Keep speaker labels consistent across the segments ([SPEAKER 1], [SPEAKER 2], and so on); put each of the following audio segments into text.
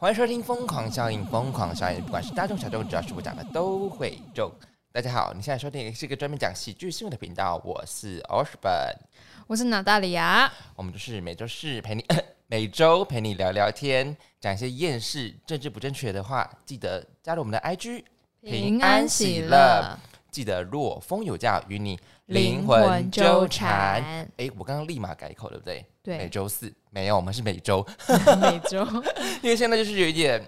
[SPEAKER 1] 欢迎收听《疯狂效应》，疯狂效应，不管是大众小众，只要是我讲的都会中。大家好，你现在收听的是一个专门讲喜剧新闻的频道，我是 o s b o n
[SPEAKER 2] 我是娜大里亚，
[SPEAKER 1] 我们就是每周四陪你， 每周陪你聊聊天，讲一些厌世、政治不正确的话。记得加入我们的 IG，平安喜乐，记得若风有假，与你灵魂纠缠。。诶，我刚刚立马改口，对不对？每
[SPEAKER 2] 对，
[SPEAKER 1] 周四没有，我们是每周，
[SPEAKER 2] 每周
[SPEAKER 1] 因为现在就是有一点，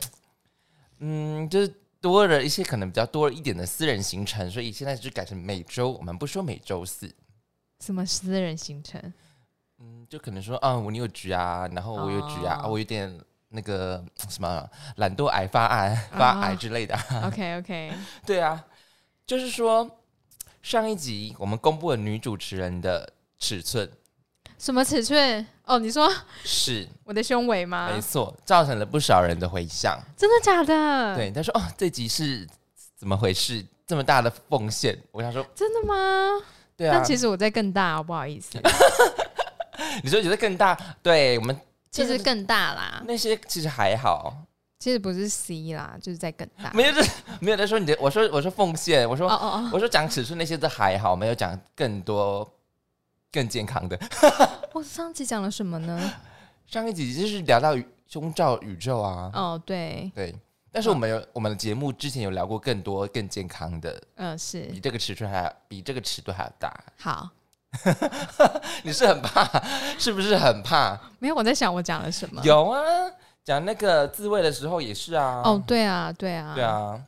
[SPEAKER 1] 嗯，就是多了一些可能比较多了一点的私人行程，所以现在就改成每周，我们不说每周四，
[SPEAKER 2] 什么私人行程？
[SPEAKER 1] 嗯，就可能说啊，我你有局啊，然后我有局啊，
[SPEAKER 2] 哦
[SPEAKER 1] 啊我有点那个什么懒惰癌发癌发癌之类
[SPEAKER 2] 啊
[SPEAKER 1] 的，
[SPEAKER 2] OK OK，
[SPEAKER 1] 对啊，就是说上一集我们公布了女主持人的尺寸
[SPEAKER 2] 什么尺寸？哦，你说
[SPEAKER 1] 是、
[SPEAKER 2] 我的胸围吗
[SPEAKER 1] 没？错，造成了不少人的回响。
[SPEAKER 2] 真的假的？，
[SPEAKER 1] 对，他说哦，这集是怎么回事？这么大的奉献，我想说，
[SPEAKER 2] 真的吗？
[SPEAKER 1] 对啊
[SPEAKER 2] 但，其实我在更大哦，不好 意思，
[SPEAKER 1] 你说觉得更大，对我们
[SPEAKER 2] 其实更大啦，
[SPEAKER 1] 那些其实还好，
[SPEAKER 2] 其实不是 C 啦，就是在更大。
[SPEAKER 1] 没有这没有在说你的，我说我说奉献，我说、
[SPEAKER 2] 啊哦哦
[SPEAKER 1] 我说讲尺寸那些都还好，没有讲更多更健康的。
[SPEAKER 2] 哦，我上期讲了什 么呢？
[SPEAKER 1] 上一集就是聊到宇胸罩宇宙啊，
[SPEAKER 2] 哦，对，
[SPEAKER 1] 对，但是我们有、我们的节目之前有聊过更多更健康的，
[SPEAKER 2] 嗯，是
[SPEAKER 1] 比这个尺寸还要比这个尺度还要大，
[SPEAKER 2] 好。
[SPEAKER 1] 你是很怕 是不是很怕？
[SPEAKER 2] 没有，我在想我讲了什么。
[SPEAKER 1] 有啊，讲那个自慰的时候也是啊。
[SPEAKER 2] 哦，，对啊，对啊，
[SPEAKER 1] 对。啊。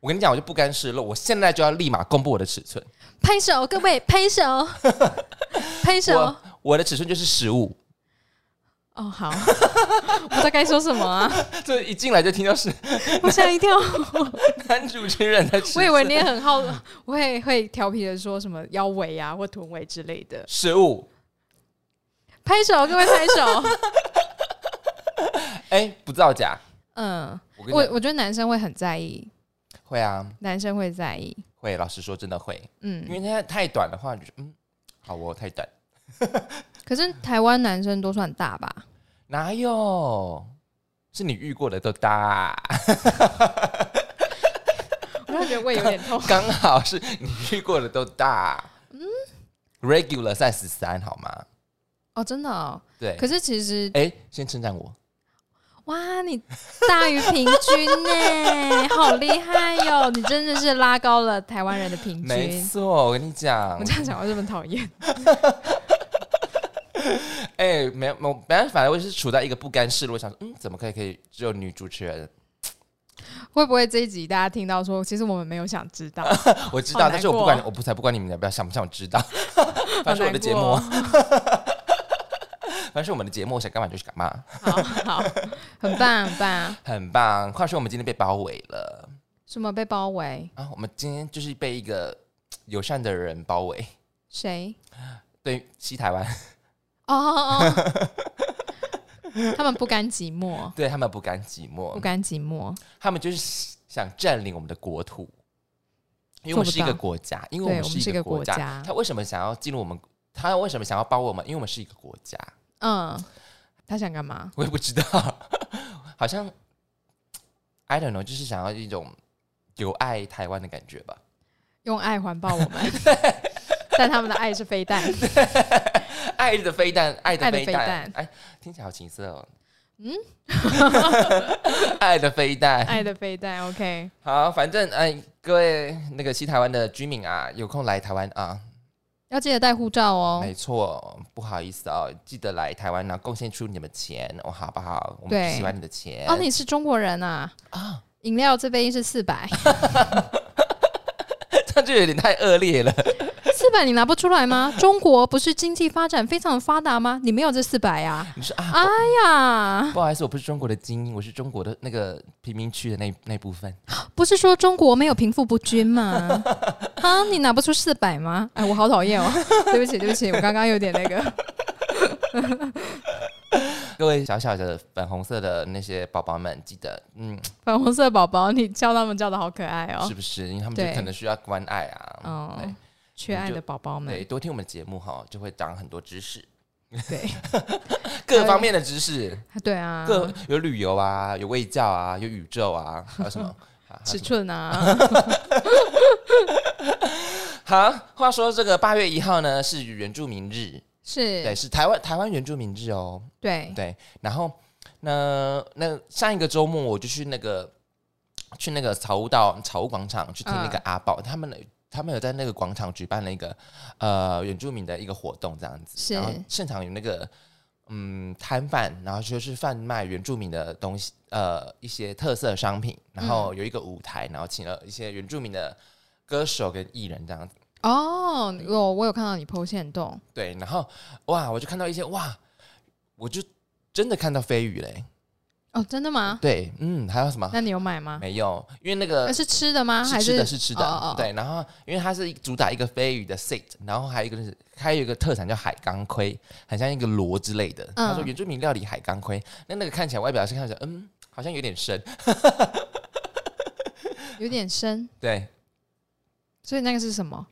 [SPEAKER 1] 我跟你讲，我就不甘示弱，我现在就要立马公布我的尺寸。
[SPEAKER 2] 拍手，各位拍 手，拍手
[SPEAKER 1] 我。我的尺寸就是十五，
[SPEAKER 2] 哦，好， 我不知道该说什么啊，
[SPEAKER 1] 这一进来就听到是
[SPEAKER 2] 我吓一跳，
[SPEAKER 1] 男主持人的尺寸。
[SPEAKER 2] 我以为你也很好，我会会调皮的说什么腰围啊或臀围之类的。
[SPEAKER 1] 十五，
[SPEAKER 2] 拍手，各位拍手。
[SPEAKER 1] 哎，不造假。
[SPEAKER 2] 嗯，
[SPEAKER 1] 我跟
[SPEAKER 2] 我
[SPEAKER 1] 你讲
[SPEAKER 2] 我觉得男生会很在意，
[SPEAKER 1] 会啊，
[SPEAKER 2] 男生会在意。
[SPEAKER 1] 会。老实说，真的会，因
[SPEAKER 2] 嗯，
[SPEAKER 1] 为它太短的话，就是嗯，好哦，太短，
[SPEAKER 2] 可是台湾男生都算大吧？
[SPEAKER 1] 哪有？是你遇过的都大，
[SPEAKER 2] 我突然觉得胃有点痛。
[SPEAKER 1] 刚好是你遇过的都大。嗯，regular 赛十三好吗？
[SPEAKER 2] 哦，真的哦。
[SPEAKER 1] 对，
[SPEAKER 2] 可是其实，
[SPEAKER 1] 哎、先称赞我，
[SPEAKER 2] 哇，你大于平均 呢，好厉害哟、你真的是拉高了台湾人的平
[SPEAKER 1] 没
[SPEAKER 2] 均。
[SPEAKER 1] 错，我跟你讲
[SPEAKER 2] 我，这样讲，我这么讨厌。
[SPEAKER 1] 哎、没有，我本来反正我是处在一个不甘示弱，想说，嗯，怎么可以可以只有女主持人？
[SPEAKER 2] 会不会这一集大家听到说，其实我们没有想知 道，
[SPEAKER 1] 我知
[SPEAKER 2] 哦好
[SPEAKER 1] 道，
[SPEAKER 2] 难
[SPEAKER 1] 但是我不管，
[SPEAKER 2] 过
[SPEAKER 1] 我不才不管你们要不要想不想，我知道，
[SPEAKER 2] 好
[SPEAKER 1] 反正是我的
[SPEAKER 2] 难
[SPEAKER 1] 节目
[SPEAKER 2] 过哦
[SPEAKER 1] 啊，反正是我们的节目，我想干嘛就是干嘛，
[SPEAKER 2] 好好，很棒很棒。
[SPEAKER 1] 很棒。话说我们今天被包围了
[SPEAKER 2] 什么被包围？
[SPEAKER 1] 啊，我们今天就是被一个嘖友善的人包围，
[SPEAKER 2] 谁？
[SPEAKER 1] 对，西台湾，
[SPEAKER 2] 哦哦哦， 他们不甘寂寞，
[SPEAKER 1] 对他们不甘寂
[SPEAKER 2] 不
[SPEAKER 1] 寞，
[SPEAKER 2] 甘寂寞。
[SPEAKER 1] 他们就是想占领我们的国土。因为我们
[SPEAKER 2] 做不
[SPEAKER 1] 是一个
[SPEAKER 2] 到
[SPEAKER 1] 国家，因为
[SPEAKER 2] 对，我们
[SPEAKER 1] 是
[SPEAKER 2] 是
[SPEAKER 1] 一
[SPEAKER 2] 一个
[SPEAKER 1] 个国
[SPEAKER 2] 国
[SPEAKER 1] 家，
[SPEAKER 2] 家。
[SPEAKER 1] 他为什么想要进入我们？他为什么想要帮我们？因为我们是一个国家，
[SPEAKER 2] 嗯，他想干嘛？
[SPEAKER 1] 我也不知道， 好像 I don't know，就是想要一种有爱台湾的感觉吧。
[SPEAKER 2] 用爱环抱我们，但他们的爱是飞弹。
[SPEAKER 1] 爱的飞弹，爱的
[SPEAKER 2] 爱的
[SPEAKER 1] 飞
[SPEAKER 2] 飞
[SPEAKER 1] 弹
[SPEAKER 2] 弹，
[SPEAKER 1] 哎，听起来好情色哦。嗯
[SPEAKER 2] 嗯，
[SPEAKER 1] 爱的飞弹。
[SPEAKER 2] 爱的飞弹，OK，
[SPEAKER 1] 好，反正哎，各位那个西台湾的居民啊，有空来台湾啊，
[SPEAKER 2] 要记得带护照哦。
[SPEAKER 1] 没错，不好意思哦，记得来台湾然后贡献出你们钱，哦，好不好？我们
[SPEAKER 2] 对
[SPEAKER 1] 只喜欢你的钱。
[SPEAKER 2] 哦，你是中国人啊？
[SPEAKER 1] 啊，
[SPEAKER 2] 饮料这杯是四百，
[SPEAKER 1] 这样就有点太恶劣了。
[SPEAKER 2] 四百你拿不出 来吗？中国不是经济发展非常发达吗？你没有这四百啊？
[SPEAKER 1] 你说啊，
[SPEAKER 2] 哎呀，
[SPEAKER 1] 不好意思，我不是中国的精英，我是中国的那个贫民区的那那部分。
[SPEAKER 2] 不是说中国没有贫富不均吗？啊，你拿不出四百吗？哎，我好讨 厌哦！对不起，对不起，我刚刚有点那个。
[SPEAKER 1] 各位小小的粉红色的那些宝宝们，记得，嗯，
[SPEAKER 2] 粉红色宝宝，你叫他们叫的好可爱哦
[SPEAKER 1] 是。不是？因为他们就
[SPEAKER 2] 对
[SPEAKER 1] 可能需要关爱啊。
[SPEAKER 2] 哦嗯
[SPEAKER 1] 对，
[SPEAKER 2] 缺爱的宝宝
[SPEAKER 1] 对，
[SPEAKER 2] 们，
[SPEAKER 1] 多听我们节目哈，就会长很多知识。
[SPEAKER 2] 对
[SPEAKER 1] 各方面的知识，
[SPEAKER 2] 对啊，
[SPEAKER 1] 各有旅游啊，有卫教啊，有宇宙啊，还有什 么？啊还有
[SPEAKER 2] 尺
[SPEAKER 1] 什么
[SPEAKER 2] 寸啊，
[SPEAKER 1] 好，话说这个八月一号呢是原住民日，对，
[SPEAKER 2] 是，
[SPEAKER 1] 是台湾台湾原住民日哦。
[SPEAKER 2] 对，
[SPEAKER 1] 对，然后那那上一个周末我就去那个去那个草悟道草悟广场去听那个阿宝、他们的。他们有在那个广场举办了一个呃原住民的一个活动，这样子，
[SPEAKER 2] 是
[SPEAKER 1] 然后现场有那个嗯摊贩，然后就是贩卖原住民的东西，呃一些特色商品，然后有一个舞台，然后请了一些原住民的歌手跟艺人这样子。
[SPEAKER 2] 哦，我我有看到你剖线洞，
[SPEAKER 1] 对，然后哇，我就看到一些哇，我就真的看到飞鱼嘞。
[SPEAKER 2] 哦，真的吗？
[SPEAKER 1] 对，嗯，还有什么？
[SPEAKER 2] 那你有买吗？
[SPEAKER 1] 没有，因为那
[SPEAKER 2] 呃
[SPEAKER 1] 个
[SPEAKER 2] 是吃的吗？还
[SPEAKER 1] 是吃的，是吃的，
[SPEAKER 2] 哦哦哦
[SPEAKER 1] 对。然后因为它是主打一个飞鱼的 set，然后还有一个是还有一个特产叫海钢盔，很像一个螺之类的。他说
[SPEAKER 2] 嗯
[SPEAKER 1] 原住民料理海钢盔，那那个看起来外表是看起来嗯，好像有点深，
[SPEAKER 2] 有点深，
[SPEAKER 1] 对，
[SPEAKER 2] 所以那个是什么？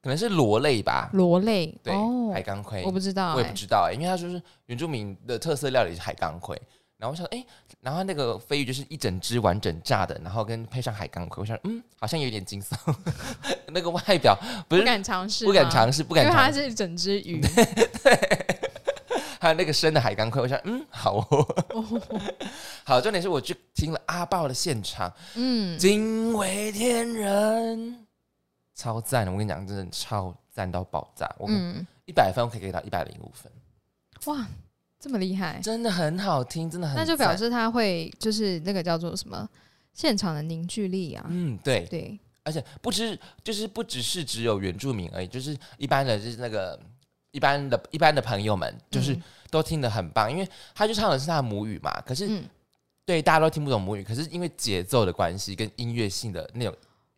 [SPEAKER 1] 可能是螺类吧，
[SPEAKER 2] 螺类
[SPEAKER 1] 对，
[SPEAKER 2] 哦
[SPEAKER 1] 海，钢盔
[SPEAKER 2] 我。不知道
[SPEAKER 1] 我也
[SPEAKER 2] 哎
[SPEAKER 1] 不，知道哎、因为它就是原住民的特色料理是海钢盔。然后我想，哎、然后那个飞鱼就是一整只完整炸的，然后跟配上海钢盔，我想，嗯，好像有点惊悚。 那个外表不
[SPEAKER 2] 不
[SPEAKER 1] 是
[SPEAKER 2] 敢尝试，
[SPEAKER 1] 不敢，尝试，不
[SPEAKER 2] 因
[SPEAKER 1] 敢
[SPEAKER 2] 为它
[SPEAKER 1] 尝试。
[SPEAKER 2] 是整只 鱼，
[SPEAKER 1] 还有那个生的海钢盔，我想，嗯，好哦， 好。重点是我去听了阿豹的现场，
[SPEAKER 2] 嗯，
[SPEAKER 1] 惊为天人，超赞的！我跟你讲，真的超赞到爆炸。我
[SPEAKER 2] 嗯，
[SPEAKER 1] 一百分，我可以给到一百零五分，
[SPEAKER 2] 哇，这么厉害，
[SPEAKER 1] 真的很好听，真的很
[SPEAKER 2] 那
[SPEAKER 1] 赞。
[SPEAKER 2] 就表示他会就是那个叫做什么现场的凝聚力啊，
[SPEAKER 1] 嗯，对，
[SPEAKER 2] 对，
[SPEAKER 1] 而且不只就是不只是只有原住民而已，就是一般的，就是那个一般的、一般的朋友们，就是
[SPEAKER 2] 嗯
[SPEAKER 1] 都听得很棒，因为他就唱的是他的母语嘛。可是
[SPEAKER 2] 嗯，
[SPEAKER 1] 对大家都听不懂母语，可是因为节奏的关系跟音乐性的那种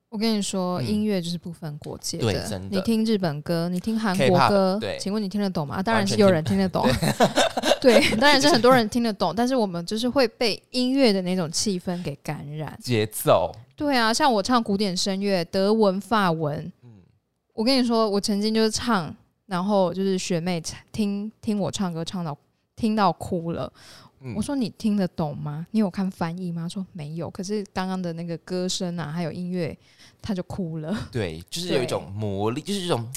[SPEAKER 2] 我跟你说，
[SPEAKER 1] 嗯
[SPEAKER 2] 音乐就是不分国界
[SPEAKER 1] 对真的
[SPEAKER 2] 你听日本歌，你听韩国
[SPEAKER 1] K-pop，
[SPEAKER 2] 歌，
[SPEAKER 1] 对
[SPEAKER 2] 请问你听得懂吗？啊当
[SPEAKER 1] 完
[SPEAKER 2] 然
[SPEAKER 1] 全
[SPEAKER 2] 是有人听得懂，对， 当然是很多人听得懂，但是我们就是会被音乐的那种气氛给感染。
[SPEAKER 1] 节奏，
[SPEAKER 2] 对啊，像我唱古典声乐，德文、法文，
[SPEAKER 1] 嗯，
[SPEAKER 2] 我跟你说，我曾经就是唱，然后就是学妹听听我唱歌，唱到听到哭了。
[SPEAKER 1] 嗯
[SPEAKER 2] 我说你听得懂吗？你有看翻译吗？她说没有，可是刚刚的那个歌声啊，还有音乐，她就哭了。
[SPEAKER 1] 对，就是有一种魔力，就是一种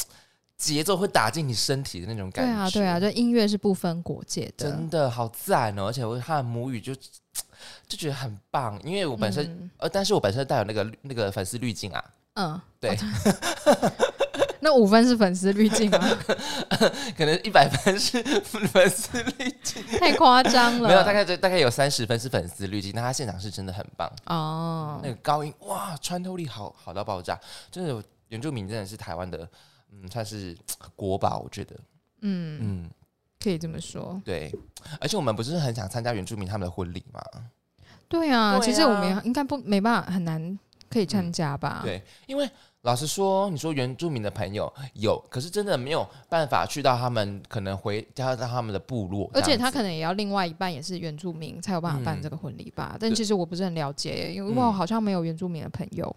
[SPEAKER 1] 节奏会打进你身体的那种
[SPEAKER 2] 对
[SPEAKER 1] 感
[SPEAKER 2] 啊，
[SPEAKER 1] 觉。
[SPEAKER 2] 对啊，就音乐是不分国界的
[SPEAKER 1] 真，的好赞哦！而且我他的母语就就觉得很棒，因为我
[SPEAKER 2] 我
[SPEAKER 1] 本身、呃，但是我本身带有那个那个粉丝滤镜啊，
[SPEAKER 2] 嗯，
[SPEAKER 1] 对
[SPEAKER 2] 哦。 那五分是粉丝滤 镜吗？
[SPEAKER 1] 可能一百分是粉 丝滤镜，
[SPEAKER 2] 太夸张了。
[SPEAKER 1] 没有，大概就大概有三十分是粉丝滤镜。那他现场是真的很棒，
[SPEAKER 2] 哦
[SPEAKER 1] 那，个高音哇，穿透力好好到爆炸，真的原住民真的是台湾的，嗯，算是国宝，我觉得，
[SPEAKER 2] 嗯，
[SPEAKER 1] 嗯，
[SPEAKER 2] 可以这么说。
[SPEAKER 1] 对。而且我们不是很想参加原住民他们的婚礼嘛？
[SPEAKER 2] 对啊，
[SPEAKER 1] 对
[SPEAKER 2] 其实我
[SPEAKER 1] 啊
[SPEAKER 2] 们应该不没办法，很难可以参加吧？
[SPEAKER 1] 对，因为老实说，你说原住民的朋友有，可是真的没有办法去到他们可能回家到他们的部落，
[SPEAKER 2] 而且他
[SPEAKER 1] 能
[SPEAKER 2] 可能也要另外一半也是原住民才有办法办这个婚礼吧？但
[SPEAKER 1] 对
[SPEAKER 2] 其实我不是很了解，因为
[SPEAKER 1] 嗯
[SPEAKER 2] 我好像没有原住民的朋友。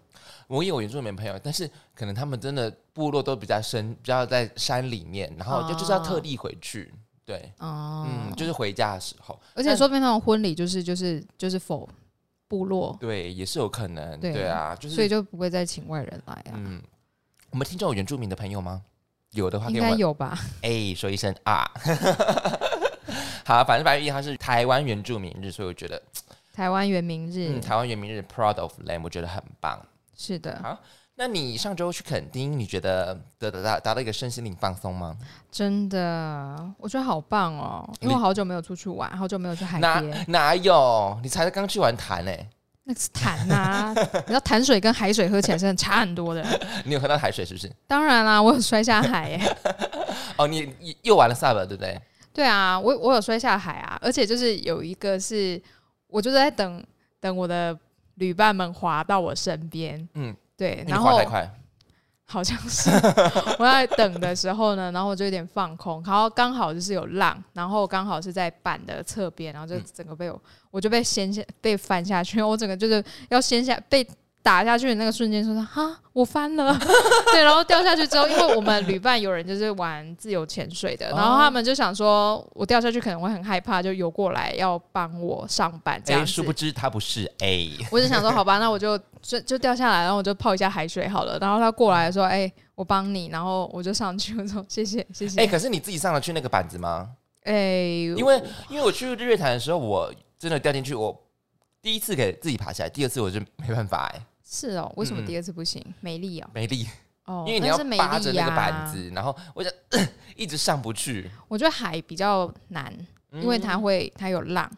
[SPEAKER 1] 我也有原住民朋友，但是可能他们真的部落都比较深，比较在山里面，然后就就是要特地回去，对，
[SPEAKER 2] 哦、
[SPEAKER 1] 嗯，就是回家的时候，
[SPEAKER 2] 而且说不定他们婚礼就是就是就是否部落，
[SPEAKER 1] 对，也是有可能，
[SPEAKER 2] 对
[SPEAKER 1] 对啊，就是
[SPEAKER 2] 所以就不会再请外人来啊。
[SPEAKER 1] 嗯，我们听众有原住民的朋友吗？有的话可以
[SPEAKER 2] 应
[SPEAKER 1] 问
[SPEAKER 2] 该，有吧？
[SPEAKER 1] 哎、说一声啊。 好，反正八月一号是台湾原住民日，所以我觉得，
[SPEAKER 2] 台湾原民日、
[SPEAKER 1] 嗯，台湾原民日 （Proud of Land） 我觉得很棒。
[SPEAKER 2] 是的，
[SPEAKER 1] 那你上周去垦丁，你觉得得得达达到一个身心灵放松吗？
[SPEAKER 2] 真的，我觉得好棒哦，因为
[SPEAKER 1] 你
[SPEAKER 2] 我好久没有出去玩，好久没有去海
[SPEAKER 1] 哪
[SPEAKER 2] 边，
[SPEAKER 1] 哪有？你才刚去完潭欸呢、
[SPEAKER 2] 那是潭呐、你知道潭水跟海水喝起来是很差很多的。
[SPEAKER 1] 你有喝到海水是不是？
[SPEAKER 2] 当然啦，我有摔下海耶、
[SPEAKER 1] 哦，你你又玩了 sub 对不对？
[SPEAKER 2] 对啊，我我有摔下海啊，而且就是有一个是，我就在等等我的旅伴们滑到我身边，
[SPEAKER 1] 嗯
[SPEAKER 2] 嗯，对，
[SPEAKER 1] 你
[SPEAKER 2] 然
[SPEAKER 1] 滑
[SPEAKER 2] 后
[SPEAKER 1] 太快，
[SPEAKER 2] 好像是 我在等的时候呢，然后我就有点放空，然后刚好就是有浪，然后刚好是在板的侧边，然后就
[SPEAKER 1] 嗯
[SPEAKER 2] 整个被我、我就被掀下被翻下去，我整个就是要掀下被打下去的那个瞬间，说说哈，我翻了， 对，然后掉下去之后，因为我们旅伴有人就是玩自由潜水
[SPEAKER 1] 哦
[SPEAKER 2] 的，然后他们就想说，我掉下去可能会很害怕，就游过来要帮我上板这
[SPEAKER 1] 哎，
[SPEAKER 2] 样
[SPEAKER 1] 殊
[SPEAKER 2] 子
[SPEAKER 1] 不。知他不是 A，
[SPEAKER 2] 我就想说，好吧，那我就就就掉下来，然后我就泡一下海水好了。然后他过来说，哎、我帮你，然后我就上去，我说谢谢谢谢。
[SPEAKER 1] 哎、可是你自己上得去那个板子吗？
[SPEAKER 2] 哎、
[SPEAKER 1] 因为因为我去日月潭的时候，我真的掉进去，我第一次给自己爬起来，第二次我就没办法哎、
[SPEAKER 2] 是哦，为什么
[SPEAKER 1] 嗯
[SPEAKER 2] 第二次不行？没力哦，
[SPEAKER 1] 没力，
[SPEAKER 2] 哦，
[SPEAKER 1] 因为你
[SPEAKER 2] 那
[SPEAKER 1] 要
[SPEAKER 2] 是没
[SPEAKER 1] 扒着
[SPEAKER 2] 力啊
[SPEAKER 1] 那
[SPEAKER 2] 呀、
[SPEAKER 1] 个板子，然后我就呃一直上不去，
[SPEAKER 2] 我觉得海比较难，
[SPEAKER 1] 嗯
[SPEAKER 2] 因为它会它有浪，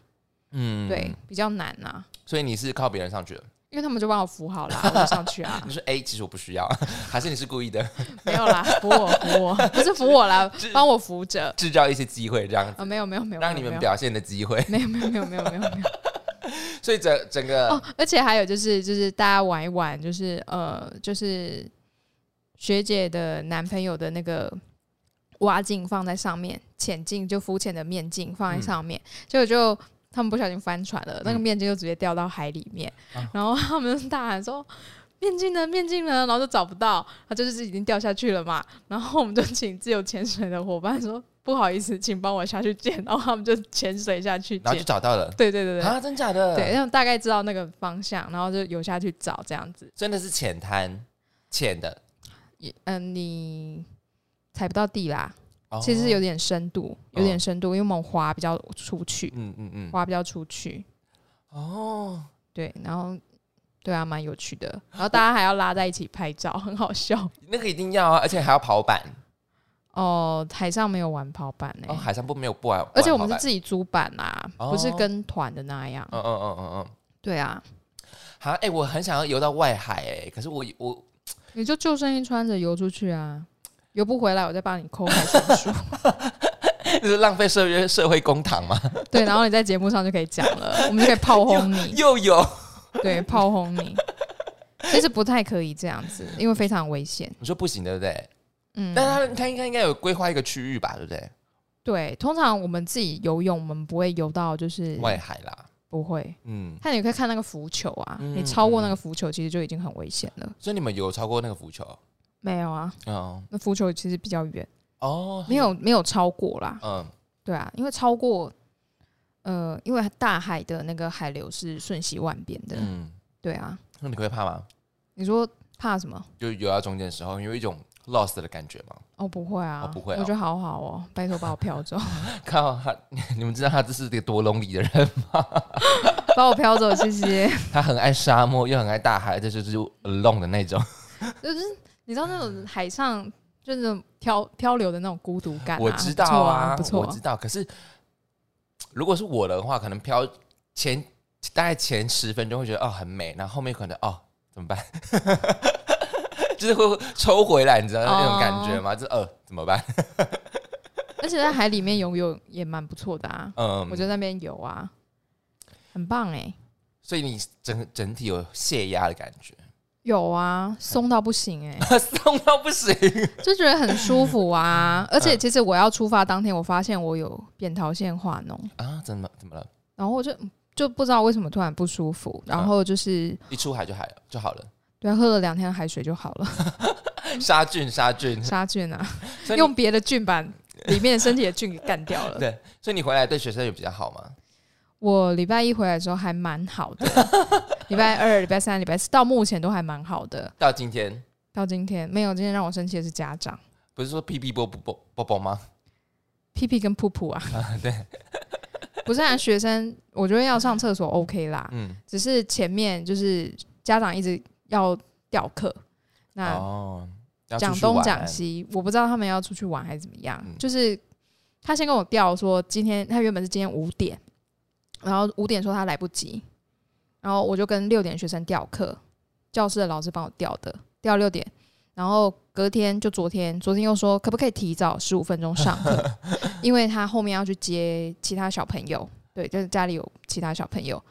[SPEAKER 1] 嗯
[SPEAKER 2] 对，，比较难啊。
[SPEAKER 1] 所以你是靠别人上去的。
[SPEAKER 2] 因为他们就帮我扶好 啦，我就上去啊
[SPEAKER 1] 你，说 A，其实我不需要，还是你是故意的
[SPEAKER 2] 没有啦，扶我扶我，不是扶 我啦，帮我扶着
[SPEAKER 1] 制造一些机会这样子，
[SPEAKER 2] 啊，没有没有没有，
[SPEAKER 1] 让你们
[SPEAKER 2] 没有
[SPEAKER 1] 表现的机会？
[SPEAKER 2] 没有没有没有没有没有没有没有
[SPEAKER 1] 所以整整个、
[SPEAKER 2] 哦，而且还有就是就是大家玩一玩，就是呃就是学姐的男朋友的那个蛙镜放在上面，潜镜就浮潜的面镜放在上面，结果就。他们不小心翻船了，那个
[SPEAKER 1] 嗯
[SPEAKER 2] 面镜就直接掉到海里面，
[SPEAKER 1] 啊
[SPEAKER 2] 然后他们就大喊说：“面镜呢？面镜呢？”然后就找不到，他就是已经掉下去了嘛。然后我们就请自由潜水的伙伴说：“不好意思，请帮我下去捡。”然后他们就潜水下去
[SPEAKER 1] 然后
[SPEAKER 2] 捡
[SPEAKER 1] 就。找到了
[SPEAKER 2] 对对对对，
[SPEAKER 1] 啊，真假的？
[SPEAKER 2] 对，，让大概知道那个方向，然后就游下去找这样子。
[SPEAKER 1] 真的是浅滩，浅的，
[SPEAKER 2] 也嗯，你踩不到地啦，
[SPEAKER 1] 哦
[SPEAKER 2] 其实有点深度，有点深度，因为我们滑比较出去，
[SPEAKER 1] 嗯嗯嗯，
[SPEAKER 2] 滑比较出去。
[SPEAKER 1] 哦，
[SPEAKER 2] 对，然后对啊，蛮有趣的。然后大家还要拉在一起拍照， 很好 笑。
[SPEAKER 1] 那个一定要啊，而且还要跑板，
[SPEAKER 2] 哦，海上没有玩跑板呢、
[SPEAKER 1] 哦，海上不没有不玩，
[SPEAKER 2] 而且我们
[SPEAKER 1] 不玩跑
[SPEAKER 2] 是
[SPEAKER 1] 板
[SPEAKER 2] 自己租板啦，
[SPEAKER 1] 哦
[SPEAKER 2] 不是跟团的那样。
[SPEAKER 1] 嗯嗯嗯嗯嗯，
[SPEAKER 2] 对啊，
[SPEAKER 1] 好，哎，我很想要游到外海，哎，可是我我
[SPEAKER 2] 你就救生衣穿着游出去啊，游不回来我再帮你扣海参数。
[SPEAKER 1] 这是浪费社会社会公堂 嘛，
[SPEAKER 2] 对，然后你在节目上就可以讲了，我们就可以炮轰你，
[SPEAKER 1] 又有，
[SPEAKER 2] 对，炮轰你。其实不太可以这样子，因为非常危险。
[SPEAKER 1] 你说不行对不对？
[SPEAKER 2] 嗯，
[SPEAKER 1] 但他他应该应该有规划一个区域吧，对不对？
[SPEAKER 2] 对，通常我们自己游泳，我们不会游到就是
[SPEAKER 1] 外海啦，
[SPEAKER 2] 不会。
[SPEAKER 1] 嗯，
[SPEAKER 2] 但你可以看那个浮球啊，
[SPEAKER 1] 嗯
[SPEAKER 2] 你超过那个浮球，其实就已经很危险了。
[SPEAKER 1] 所以你们有超过那个浮球？
[SPEAKER 2] 没有啊，
[SPEAKER 1] 嗯，
[SPEAKER 2] 那浮球其实比较远，
[SPEAKER 1] 哦，
[SPEAKER 2] 没有没有超过啦。
[SPEAKER 1] 嗯，
[SPEAKER 2] 对啊，因为超过，呃，因为大海的那个海流是瞬息万变的。
[SPEAKER 1] 嗯，
[SPEAKER 2] 对啊，
[SPEAKER 1] 那你会怕吗？
[SPEAKER 2] 你说怕什么？
[SPEAKER 1] 就游到中间的时候，有一种 lost 的感觉吗？
[SPEAKER 2] 哦，不会啊，
[SPEAKER 1] 哦不会啊
[SPEAKER 2] 我觉得好好哦，拜托把我飘走，
[SPEAKER 1] 靠他，你们知道他这是个多 lonely 的人吗？
[SPEAKER 2] 把我飘走，谢谢。
[SPEAKER 1] 他很爱沙漠，又很爱大海，这就是 alone 的那种。
[SPEAKER 2] 就是你知道那种海上就是那种漂漂流的那种孤独感、啊，
[SPEAKER 1] 我知道
[SPEAKER 2] 不错啊，
[SPEAKER 1] 我
[SPEAKER 2] 不错
[SPEAKER 1] 知道。可是如果是我的话，可能飘前大概前十分钟会觉得哦很美，然后后面可能哦怎么办？ 就是会抽回来，你知道那种感
[SPEAKER 2] 哦
[SPEAKER 1] 觉吗？就呃怎么 办？
[SPEAKER 2] 啊。而且在海里面游泳也蛮不错的啊，
[SPEAKER 1] 嗯，
[SPEAKER 2] 我就在那边游啊，很棒哎、
[SPEAKER 1] 所以你整整体有泄压的感 觉，
[SPEAKER 2] 有啊，松到不行哎、
[SPEAKER 1] 松到不 行。
[SPEAKER 2] 就觉得很舒服
[SPEAKER 1] 嗯
[SPEAKER 2] 啊。而且其实我要出发当天，我发现我有扁桃腺化脓，
[SPEAKER 1] 啊，怎么怎么了？
[SPEAKER 2] 然后我就就不知道为什么突然不舒服，
[SPEAKER 1] 嗯
[SPEAKER 2] 然后就是
[SPEAKER 1] 一出海就海了就好了，
[SPEAKER 2] 对啊喝了两天海水就好了，
[SPEAKER 1] 杀菌杀菌。
[SPEAKER 2] 杀菌啊，
[SPEAKER 1] 所以你
[SPEAKER 2] 用别的菌把里面身体的菌给干掉 了。
[SPEAKER 1] 对，所以你回来对学生也比较好吗？
[SPEAKER 2] 我礼拜一回来的时候还蛮好的， 礼拜二、礼拜三、礼拜四到目前都还蛮好的。
[SPEAKER 1] 到今天
[SPEAKER 2] 到今天没有，今天让我生气的是家长
[SPEAKER 1] 不是说屁屁啵啵啵啵啵吗？
[SPEAKER 2] 屁屁跟噗噗啊，
[SPEAKER 1] 啊，对，
[SPEAKER 2] 不是啊，学生我觉得要上厕所 OK 啦，
[SPEAKER 1] 嗯，
[SPEAKER 2] 只是前面就是家长一直要调课，那
[SPEAKER 1] 哦，要
[SPEAKER 2] 讲
[SPEAKER 1] 出去
[SPEAKER 2] 东
[SPEAKER 1] 玩
[SPEAKER 2] 讲，西，我不知道他们要出去玩还是怎么样。
[SPEAKER 1] 嗯
[SPEAKER 2] 就是他先跟我调说，今天他原本是今天五点，然后五点说他来不及，然后我就跟六点学生调课，教室的老师帮我调的，调六点。然后隔天就昨天，昨天又说可不可以提早十五分钟上课，因为他后面要去接其他小朋友，对，就是家里有其他小朋友。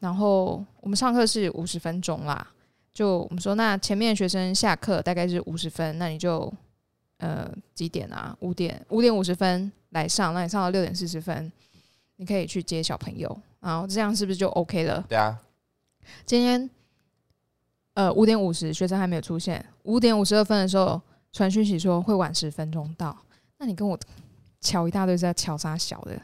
[SPEAKER 2] 然后我们上课是五十分钟啦，就我们说，那前面的学生下课大概是五十分，那你就呃几点啊？五点五点五十分来上，那你上到六点四十分，你可以去
[SPEAKER 1] 啊
[SPEAKER 2] 接小朋友，然后这样是不是就 OK 了？
[SPEAKER 1] 对啊，
[SPEAKER 2] 今天呃五点五十学生还没有出现，五点五十二分的时候传讯息说会晚十分钟到，那你跟我瞧一大堆是在瞧啥小的？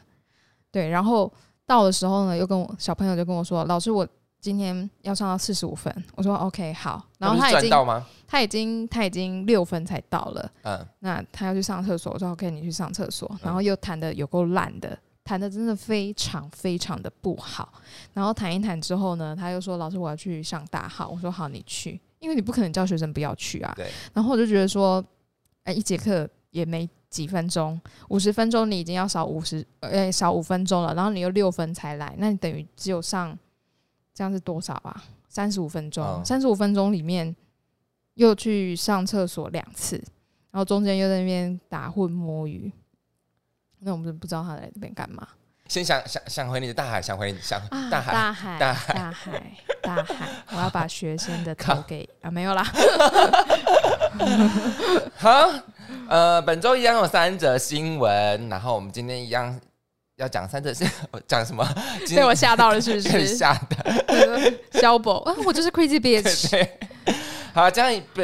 [SPEAKER 2] 对，然后到的时候呢，又跟我小朋友就跟我说，老师我今天要上到四十五分，我说 OK 好，然后
[SPEAKER 1] 不
[SPEAKER 2] 他
[SPEAKER 1] 是
[SPEAKER 2] 已
[SPEAKER 1] 赚
[SPEAKER 2] 经
[SPEAKER 1] 到吗？
[SPEAKER 2] 他已经他已经六分才到了，
[SPEAKER 1] 嗯，
[SPEAKER 2] 那他要去上厕所，我说 OK 你去上厕所，然后又弹的有够烂的，弹的真的非常非常的不好，然后弹一弹之后呢，他又说老师我要去上大号，我说好你去，因为你不可能叫学生不要去啊，
[SPEAKER 1] 对，
[SPEAKER 2] 然后我就觉得说，哎、一节课也没几分钟，五十分钟你已经要少五十，呃，少五分钟了，然后你又六分才来，那你等于只有上这样是多少啊？三十五分钟
[SPEAKER 1] 嗯，
[SPEAKER 2] 三十五分钟里面又去上厕所两次，然后中间又在那边打混摸鱼，那我们就不知道他来这边干嘛
[SPEAKER 1] 先想想想回你的大海，想回想
[SPEAKER 2] 啊？
[SPEAKER 1] 大海，
[SPEAKER 2] 大海，
[SPEAKER 1] 大
[SPEAKER 2] 大海，大海，我要把学生的头
[SPEAKER 1] 靠
[SPEAKER 2] 给啊，没有啦，
[SPEAKER 1] 好，呃，本周一样有三则新闻，然后我们今天一样要讲三则新，我 讲什么？今
[SPEAKER 2] 被
[SPEAKER 1] 天
[SPEAKER 2] 我吓到了，是不
[SPEAKER 1] 更
[SPEAKER 2] 是？
[SPEAKER 1] 吓的，
[SPEAKER 2] 肖博，啊，我就是 crazy
[SPEAKER 1] 对
[SPEAKER 2] bitch，
[SPEAKER 1] 对。好，这样 不，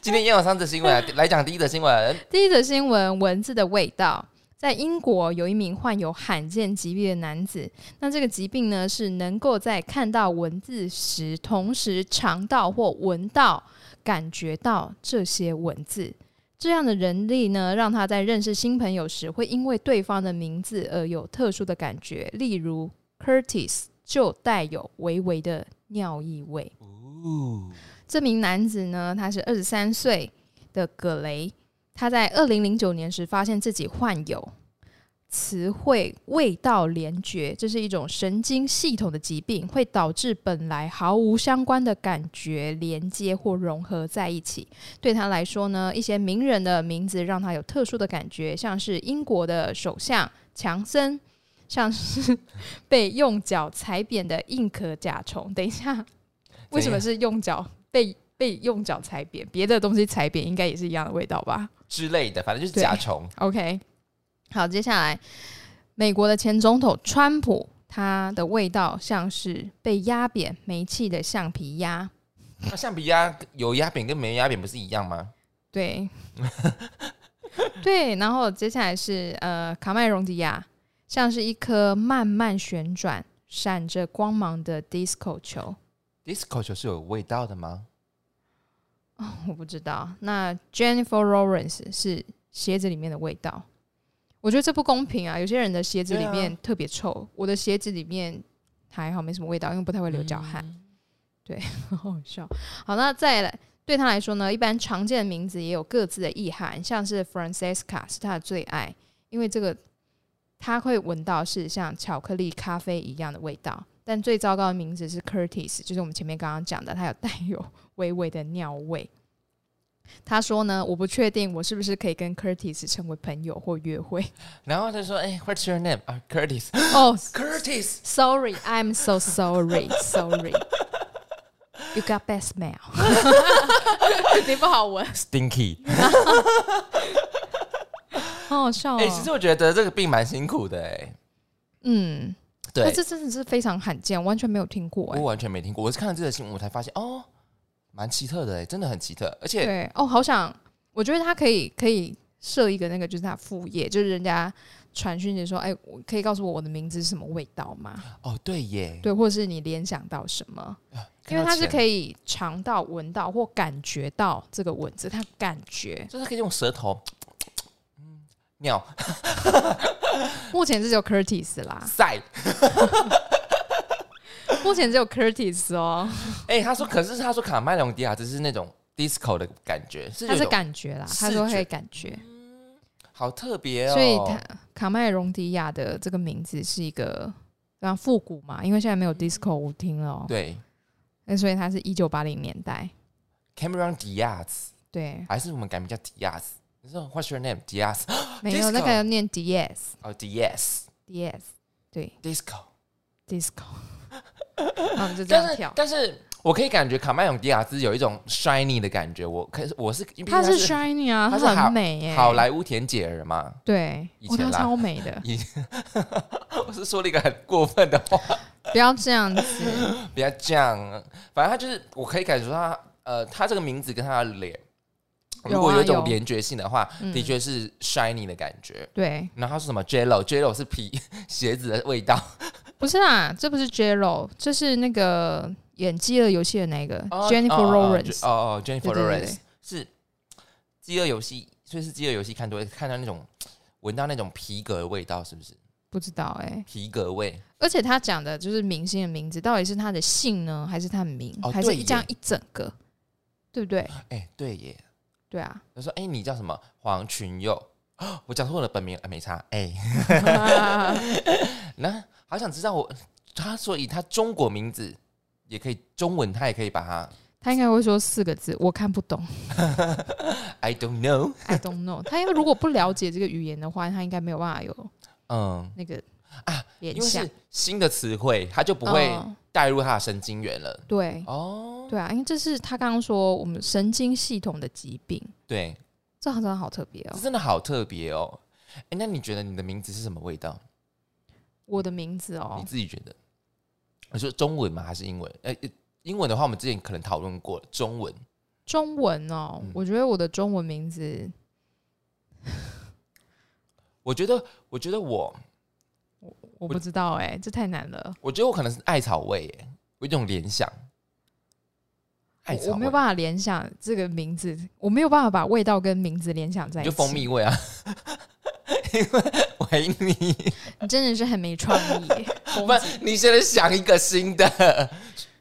[SPEAKER 1] 今天一样有三则新闻啊，来讲第一则新闻。
[SPEAKER 2] 第一则新闻：蚊子的味道。在英国有一名患有罕见疾病的男子，那这个疾病呢是能够在看到蚊子时，同时尝到或闻到、感觉到这些文字。这样的能力呢，让他在认识新朋友时，会因为对方的名字而有特殊的感觉，例如 Curtis 就带有微微的尿意味。这名男子呢，他是二十三岁的葛雷，他在二零零九年时发现自己患有词汇味道联觉，这是一种神经系统的疾病，会导致本来毫无相关的感觉连接或融合在一起。对他来说呢，一些名人的名字让他有特殊的感觉，像是英国的首相强森。像是 被用脚踩扁的硬壳甲虫。等一下，为什么是用脚被被用脚踩扁？别的东西踩扁应该也是一样的味道吧
[SPEAKER 1] 之类的，反正就是
[SPEAKER 2] 对
[SPEAKER 1] 甲虫。
[SPEAKER 2] ？OK，好，接下来，美国的前总统川普，他的味道像是被压扁煤气的橡皮鸭。
[SPEAKER 1] 那橡皮鸭有压扁跟没压扁不是一样吗？
[SPEAKER 2] 对，对，然后接下来是呃卡麦隆迪亚，像是一颗慢慢旋转、闪着光芒的 disco 球。
[SPEAKER 1] disco 球是有味道的吗？
[SPEAKER 2] 我不知道。那 Jennifer Lawrence 是鞋子里面的味道，我觉得这不公平啊！有些人的鞋子里
[SPEAKER 1] 对
[SPEAKER 2] 面特别臭，我的鞋子里面还好没什么味道，因为不太会流
[SPEAKER 1] 嗯
[SPEAKER 2] 脚汗，很好笑。好，那再来。对他来说呢，一般常见的名字也有各自的意涵，像是 Francesca 是他的最爱，因为这个他会闻到是像巧克力咖啡一样的味道。但最糟糕的名字是 Curtis，就是我们前面刚刚讲的，他有 带有微微的尿味。他说呢，我不确定我是不是可以跟 Curtis 成为朋友或约会。
[SPEAKER 1] 然后他说：“哎、w h a t s your name？” 啊，Curtis，Curtis。
[SPEAKER 2] 哦、
[SPEAKER 1] Curtis
[SPEAKER 2] s o r r y i m so sorry，sorry。You got bad smell，你不好闻，
[SPEAKER 1] Stinky，
[SPEAKER 2] 好好笑哦。
[SPEAKER 1] 哎、其实我觉得这个病蛮辛苦的、哎，
[SPEAKER 2] 嗯，
[SPEAKER 1] 对
[SPEAKER 2] 那，这真的是非常罕见，完全没有听过哎、
[SPEAKER 1] 我完全没听过，我是看了这个新闻我才发现，哦，蛮奇特的、哎，真的很奇特，而且
[SPEAKER 2] 对，哦，好想，我觉得他可以可以设一个那个，就是他副业，就是人家传讯息说，哎、我可以告诉我我的名字是什么味道吗？
[SPEAKER 1] 哦，对耶，
[SPEAKER 2] 对，或者是你联想到什么？因
[SPEAKER 1] 看
[SPEAKER 2] 为
[SPEAKER 1] 到
[SPEAKER 2] 它是
[SPEAKER 1] 钱
[SPEAKER 2] 可以尝到、闻到或感觉到这个蚊子，它感觉。
[SPEAKER 1] 就是可以用舌头，嗯，尿
[SPEAKER 2] 目前是只有 Curtis 啦，
[SPEAKER 1] 塞。
[SPEAKER 2] 目前只有 Curtis 哦，
[SPEAKER 1] 哎、他说，可是他说卡麦隆迪亚只是那种 disco 的感觉，是有
[SPEAKER 2] 它
[SPEAKER 1] 一
[SPEAKER 2] 是
[SPEAKER 1] 种
[SPEAKER 2] 感觉啦，他
[SPEAKER 1] 视
[SPEAKER 2] 说
[SPEAKER 1] 觉
[SPEAKER 2] 会感觉，
[SPEAKER 1] 好特别哦，
[SPEAKER 2] 所以他卡麦隆迪亚的这个名字是一个非常复古嘛，因为现在没有 disco 舞厅了、哦，
[SPEAKER 1] 嗯对
[SPEAKER 2] 那所以它是一九八零年代，
[SPEAKER 1] Cameron Diaz
[SPEAKER 2] 对，
[SPEAKER 1] 还是我们改名叫 Diaz。你说 What's your name? Diaz
[SPEAKER 2] 没有
[SPEAKER 1] Disco
[SPEAKER 2] 那个要念 DS
[SPEAKER 1] 哦，Diaz
[SPEAKER 2] DS，对
[SPEAKER 1] disco。
[SPEAKER 2] disco，然后我们就这样
[SPEAKER 1] 但是
[SPEAKER 2] 跳，
[SPEAKER 1] 但是我可以感觉卡麦隆迪亚兹有一种 shiny 的感觉，我可是我是因为
[SPEAKER 2] 它
[SPEAKER 1] 是
[SPEAKER 2] 是 shiny 啊，
[SPEAKER 1] 它
[SPEAKER 2] 它
[SPEAKER 1] 是好
[SPEAKER 2] 很美耶、
[SPEAKER 1] 好莱坞甜姐儿嘛，
[SPEAKER 2] 对，
[SPEAKER 1] 以
[SPEAKER 2] 哦，
[SPEAKER 1] 前
[SPEAKER 2] 她
[SPEAKER 1] 啦 。
[SPEAKER 2] 超美的
[SPEAKER 1] 我是说了一个很过分的话，
[SPEAKER 2] 哎、不要这样子，
[SPEAKER 1] 不要这样。反正他就是，我可以感觉到他，呃，他这个名字跟他的脸，
[SPEAKER 2] 有啊
[SPEAKER 1] 如果有一
[SPEAKER 2] 有
[SPEAKER 1] 种连觉性的话，
[SPEAKER 2] 嗯
[SPEAKER 1] 的确是 shiny 的感觉。
[SPEAKER 2] 对，
[SPEAKER 1] 然后他是什么 Jello，Jello 是皮 鞋子的味道。
[SPEAKER 2] 不是啦，这不是 J Lo，这是那个演饥饿游戏的那个
[SPEAKER 1] 哦
[SPEAKER 2] Jennifer
[SPEAKER 1] 哦
[SPEAKER 2] Lawrence，
[SPEAKER 1] 哦哦哦，Jennifer
[SPEAKER 2] 对对对
[SPEAKER 1] Lawrence 是饥饿游戏，所以是饥饿游戏看多，看到那种闻到那种皮革的味道，是不是
[SPEAKER 2] 不知道哎、
[SPEAKER 1] 皮革味？
[SPEAKER 2] 而且他讲的就是明星的名字，到底是他的姓呢，还是他的名，
[SPEAKER 1] 哦
[SPEAKER 2] 还是
[SPEAKER 1] 对
[SPEAKER 2] 一
[SPEAKER 1] 耶
[SPEAKER 2] 这样一整个，对不对？
[SPEAKER 1] 哎、对耶。
[SPEAKER 2] 对啊，
[SPEAKER 1] 他说：“哎、你叫什么？黄群佑。啊我讲错我的本名，啊、没差。哎、那好想知道我他，所以他中国名字也可以，中文他也可以把它
[SPEAKER 2] 他应该会说四个字，我看不懂
[SPEAKER 1] I don't know。
[SPEAKER 2] ，I don't know。他要如果不了解这个语言的话，他应该没有办法有
[SPEAKER 1] 嗯，
[SPEAKER 2] 那个
[SPEAKER 1] 啊
[SPEAKER 2] 联
[SPEAKER 1] 因为
[SPEAKER 2] 想
[SPEAKER 1] 是，新的词汇，他就不会
[SPEAKER 2] 嗯
[SPEAKER 1] 带入他的神经元了。
[SPEAKER 2] 对
[SPEAKER 1] 哦，
[SPEAKER 2] 对啊，因为这是他刚刚说我们神经系统的疾病，
[SPEAKER 1] 对，
[SPEAKER 2] 这好像好特别
[SPEAKER 1] 这
[SPEAKER 2] 哦。
[SPEAKER 1] 真的好特别哦。哎、那你觉得你的名字是什么味道？
[SPEAKER 2] 我的名字哦
[SPEAKER 1] 你，自己觉得？你说中文吗？还是英文？呃、呃英文的话，我们之前可能讨论过了中文。
[SPEAKER 2] 中文哦，
[SPEAKER 1] 嗯
[SPEAKER 2] 我觉得我的中文名字，
[SPEAKER 1] 我觉得，我觉得我，
[SPEAKER 2] 我不知道哎、这太难了，
[SPEAKER 1] 我觉得我可能是艾草味耶，有一种联想。艾
[SPEAKER 2] 我
[SPEAKER 1] 草
[SPEAKER 2] 我没
[SPEAKER 1] 味
[SPEAKER 2] 有，办法联想这个名字，我没有办法把味道跟名字联想在
[SPEAKER 1] 你
[SPEAKER 2] 一
[SPEAKER 1] 就
[SPEAKER 2] 起。
[SPEAKER 1] 蜂，蜜味啊， 因为维尼，
[SPEAKER 2] 你真的是很没创 意。
[SPEAKER 1] 不
[SPEAKER 2] 蜂
[SPEAKER 1] 然，你现在想一个新的，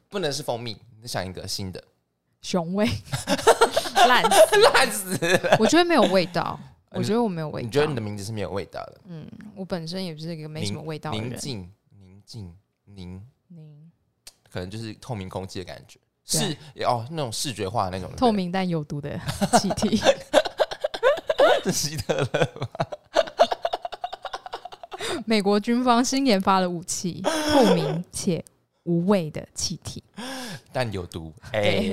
[SPEAKER 1] 不能是蜂蜜，你想一个新的，
[SPEAKER 2] 雄味，烂死，
[SPEAKER 1] 烂死了。
[SPEAKER 2] 我觉得没有味道，
[SPEAKER 1] 你
[SPEAKER 2] 我觉得我没有味道。
[SPEAKER 1] 你觉得你的名字是没有味道的？
[SPEAKER 2] 嗯，我本身也不是一个没什么味道的
[SPEAKER 1] 宁
[SPEAKER 2] 人。
[SPEAKER 1] 静，宁静，宁，
[SPEAKER 2] 嗯
[SPEAKER 1] 可能就是透明空气的感觉，
[SPEAKER 2] 对
[SPEAKER 1] 视哦那种视觉化那种
[SPEAKER 2] 透， 明但有毒的气体，
[SPEAKER 1] 对不对希特勒
[SPEAKER 2] 美国军方新研发的武 器，透明且无味的气体。
[SPEAKER 1] 但有毒，哎、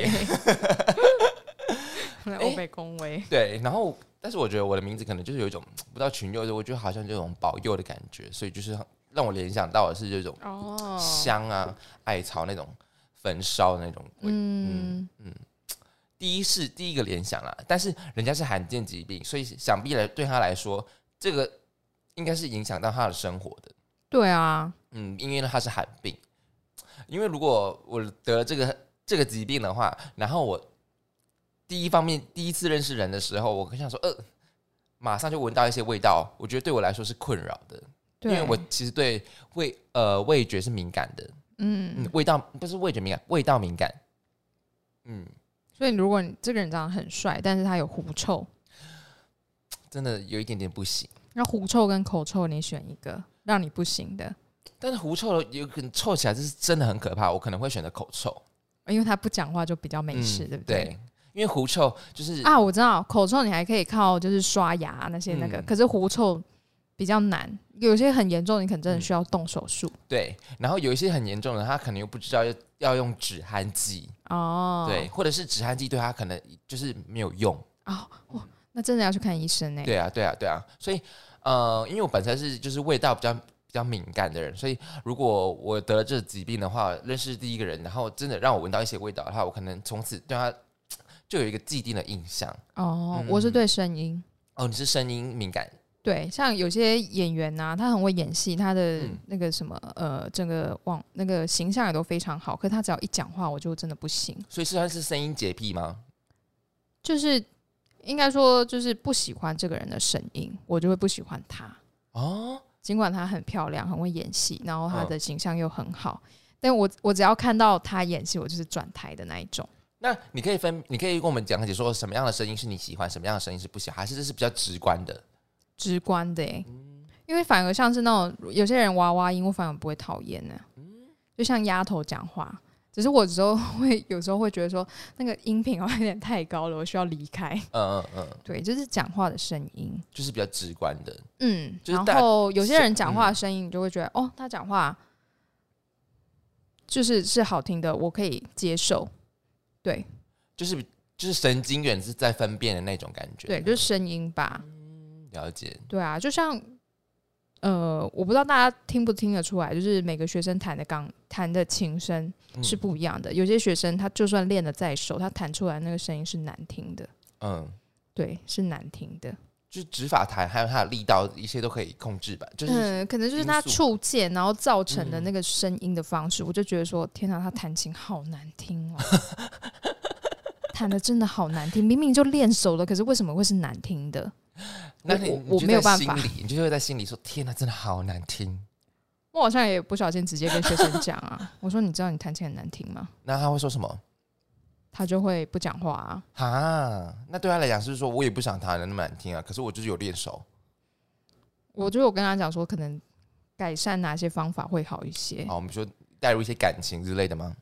[SPEAKER 2] 对，欧北恭维。
[SPEAKER 1] 对，然后但是我觉得我的名字可能就是有一种不知道群佑，我觉得好像这种保佑的感觉，所以就是让我联想到的是这种
[SPEAKER 2] 哦
[SPEAKER 1] 香啊、艾草那种焚烧的那种味。
[SPEAKER 2] 嗯，
[SPEAKER 1] 第一是第一个联想啦，但是人家是罕见疾病，所以想必来对他来说，这个应该是影响到他的生活的。
[SPEAKER 2] 对啊，
[SPEAKER 1] 嗯，因为他是罕病，因为如果我得了这个这个疾病的话，然后我第一方面第一次认识人的时候，我很想说，呃，马上就闻到一些味道，我觉得对我来说是困扰的，因
[SPEAKER 2] 对，
[SPEAKER 1] 为我其实对味呃味觉是敏感的，嗯
[SPEAKER 2] 嗯，，
[SPEAKER 1] 味道不是味觉敏感，味道敏感，嗯，
[SPEAKER 2] 所以如果你这个人长得很帅，但是他有狐臭，
[SPEAKER 1] 真的有一点点不行。
[SPEAKER 2] 那狐臭跟口臭你选一个，让你不行的，
[SPEAKER 1] 但是狐臭有可能臭起来，这是真的很可怕，我可能会选择口臭，
[SPEAKER 2] 因为他不讲话就比较没
[SPEAKER 1] 嗯
[SPEAKER 2] 事，对不对？
[SPEAKER 1] 对，因为狐臭就是
[SPEAKER 2] 啊，我知道口臭你还可以靠就是刷牙啊那些那个，
[SPEAKER 1] 嗯
[SPEAKER 2] 可是狐臭比较难，有些很严重，你可能真的
[SPEAKER 1] 嗯
[SPEAKER 2] 需要动手术、
[SPEAKER 1] 对，然后有一些很严重的，他可能又不知道要要用止鼾剂，
[SPEAKER 2] 哦。
[SPEAKER 1] 对，或者是止鼾剂对他可能就是没有用，
[SPEAKER 2] 啊、哦，哇那真的要去看医生欸呢、
[SPEAKER 1] 对啊，对啊，对啊，所以呃，因为我本身是就是味道比较比较敏感的人，所以如果我得了这疾病的话，认识第一个人，然后真的让我闻到一些味道的话，我可能从此对他就有一个既定的印象。
[SPEAKER 2] 哦，
[SPEAKER 1] 嗯
[SPEAKER 2] 我是对声音，
[SPEAKER 1] 哦，你是声音敏感，
[SPEAKER 2] 对，像有些演员呐、他很会演戏，他的
[SPEAKER 1] 嗯
[SPEAKER 2] 那个什么、呃，整个网那个形象也都非常好，可是他只要一讲话，我就真的不行。
[SPEAKER 1] 所以算是声音洁癖吗？
[SPEAKER 2] 就是应该说就是不喜欢这个人的声音，我就会不喜欢他。
[SPEAKER 1] 哦，
[SPEAKER 2] 尽管她很漂亮，很会演戏，然后她的形象又很好，但我我只要看到她演戏，我就是转台的那一种。
[SPEAKER 1] 那你可以分，你可以跟我们讲解说什么样的声音是你喜欢，什么样的声音是不喜欢，还是这是比较直观的？
[SPEAKER 2] 直观的、欸，
[SPEAKER 1] 嗯
[SPEAKER 2] 因为反而像是那种有些人娃娃音，我反而不会讨厌呢。就像丫头讲话，只是我有时候会有时候会觉得说那个音频好像有点太高了，我需要离 开。
[SPEAKER 1] 嗯嗯嗯，
[SPEAKER 2] 对，就是讲话的声音，
[SPEAKER 1] 就是比较直观的。
[SPEAKER 2] 嗯，
[SPEAKER 1] 就是大嗯
[SPEAKER 2] 然后有些人讲话的声音，你就会觉得、哦，他讲话就是是好听的，我可以接受。对
[SPEAKER 1] 就是就是神经元是在分辨的那种感觉。嗯
[SPEAKER 2] 对，就是声音吧。
[SPEAKER 1] 了解。
[SPEAKER 2] 对啊，就像呃，我不知道大家听不听得出来，就是每个学生弹的钢弹的琴声
[SPEAKER 1] 嗯
[SPEAKER 2] 是不一样的。有些学生他就算练得再熟，他弹出来那个声音是难听的，
[SPEAKER 1] 嗯，
[SPEAKER 2] 对，是难听的。
[SPEAKER 1] 就是指法弹还有它的力道，一切都可以控制吧。就是嗯
[SPEAKER 2] 嗯，可能就是他
[SPEAKER 1] 因素
[SPEAKER 2] 触键，然后造成的那个声音的方式，我就觉得说，天哪，他弹琴好难 听哦，弹的真的好难听。明明就练熟了，可是为什么会是难听的？
[SPEAKER 1] 那
[SPEAKER 2] 我
[SPEAKER 1] 你
[SPEAKER 2] 我
[SPEAKER 1] 你
[SPEAKER 2] 我
[SPEAKER 1] 就
[SPEAKER 2] 没有
[SPEAKER 1] 在
[SPEAKER 2] 办
[SPEAKER 1] 心
[SPEAKER 2] 法
[SPEAKER 1] 里你就会在心里说：“天哪，真的好难听。
[SPEAKER 2] 我好像也不小心直接跟学生讲啊，我说你知道你弹琴很难听吗？”
[SPEAKER 1] 那他会说什么？
[SPEAKER 2] 他就会不讲话啊。
[SPEAKER 1] 啊，那对他来讲是说，我也不想弹的那么难听啊，可是我就是有练手
[SPEAKER 2] 我就有跟他讲说，可能改善哪些方法会好一些。
[SPEAKER 1] 好，我们说带入一些感情之类的吗？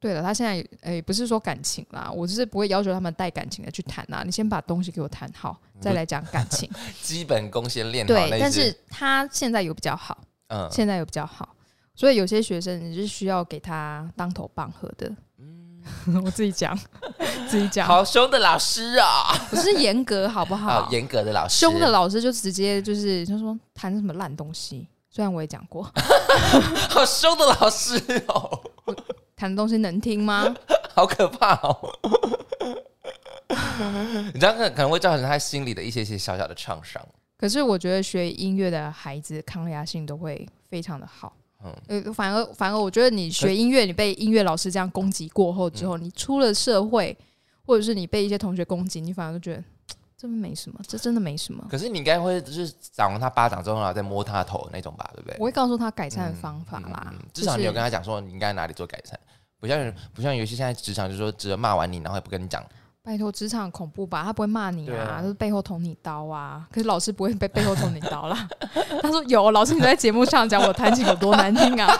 [SPEAKER 2] 对了，他现在也诶、不是说感情啦，我就是不会要求他们带感情的去谈啊啦。你先把东西给我谈好，再来讲感情。
[SPEAKER 1] 基本功先练好
[SPEAKER 2] 对
[SPEAKER 1] 那，一
[SPEAKER 2] 但
[SPEAKER 1] 支
[SPEAKER 2] 是他现在有比较好，
[SPEAKER 1] 嗯，
[SPEAKER 2] 现在有比较好，所以有些学生你是需要给他当头棒喝的。 我自己讲，自己讲，
[SPEAKER 1] 嗯好凶的老师啊，
[SPEAKER 2] 不是严格好不好啊
[SPEAKER 1] 好？严格的老师，
[SPEAKER 2] 凶的老师就直接就是他说谈什么烂东西，虽然我也讲过，
[SPEAKER 1] 好凶的老师哦，
[SPEAKER 2] 谈的东西能听吗？
[SPEAKER 1] 好可怕哦。 你这样可可能会造成他心里的一些些小小的创伤。
[SPEAKER 2] 可是我觉得学音乐的孩子抗压性都会非常的好。嗯，呃，反而反而我觉得你学音乐，你被音乐老师这样攻击过后之后，
[SPEAKER 1] 嗯
[SPEAKER 2] 你出了社会，或者是你被一些同学攻击，你反而就觉得嘖嗯这没什么，这真的没什么。
[SPEAKER 1] 可是你应该会就是掌了他巴掌之后，然后再摸他的头那种吧，对不对？
[SPEAKER 2] 我会告诉他改善的方法啦，
[SPEAKER 1] 嗯
[SPEAKER 2] 就
[SPEAKER 1] 至少你有
[SPEAKER 2] 是
[SPEAKER 1] 跟他讲说你应该哪里做改善，不像不像有些现在职场就是说只有骂完你，然后也不跟你讲。
[SPEAKER 2] 拜托职场很恐怖吧，他不会骂你
[SPEAKER 1] 对
[SPEAKER 2] 啊，
[SPEAKER 1] 啊
[SPEAKER 2] 就是背后捅你刀啊。可是老师不会被背后捅你刀啦。 他说有，老师你在节目上讲我弹琴有多难听啊，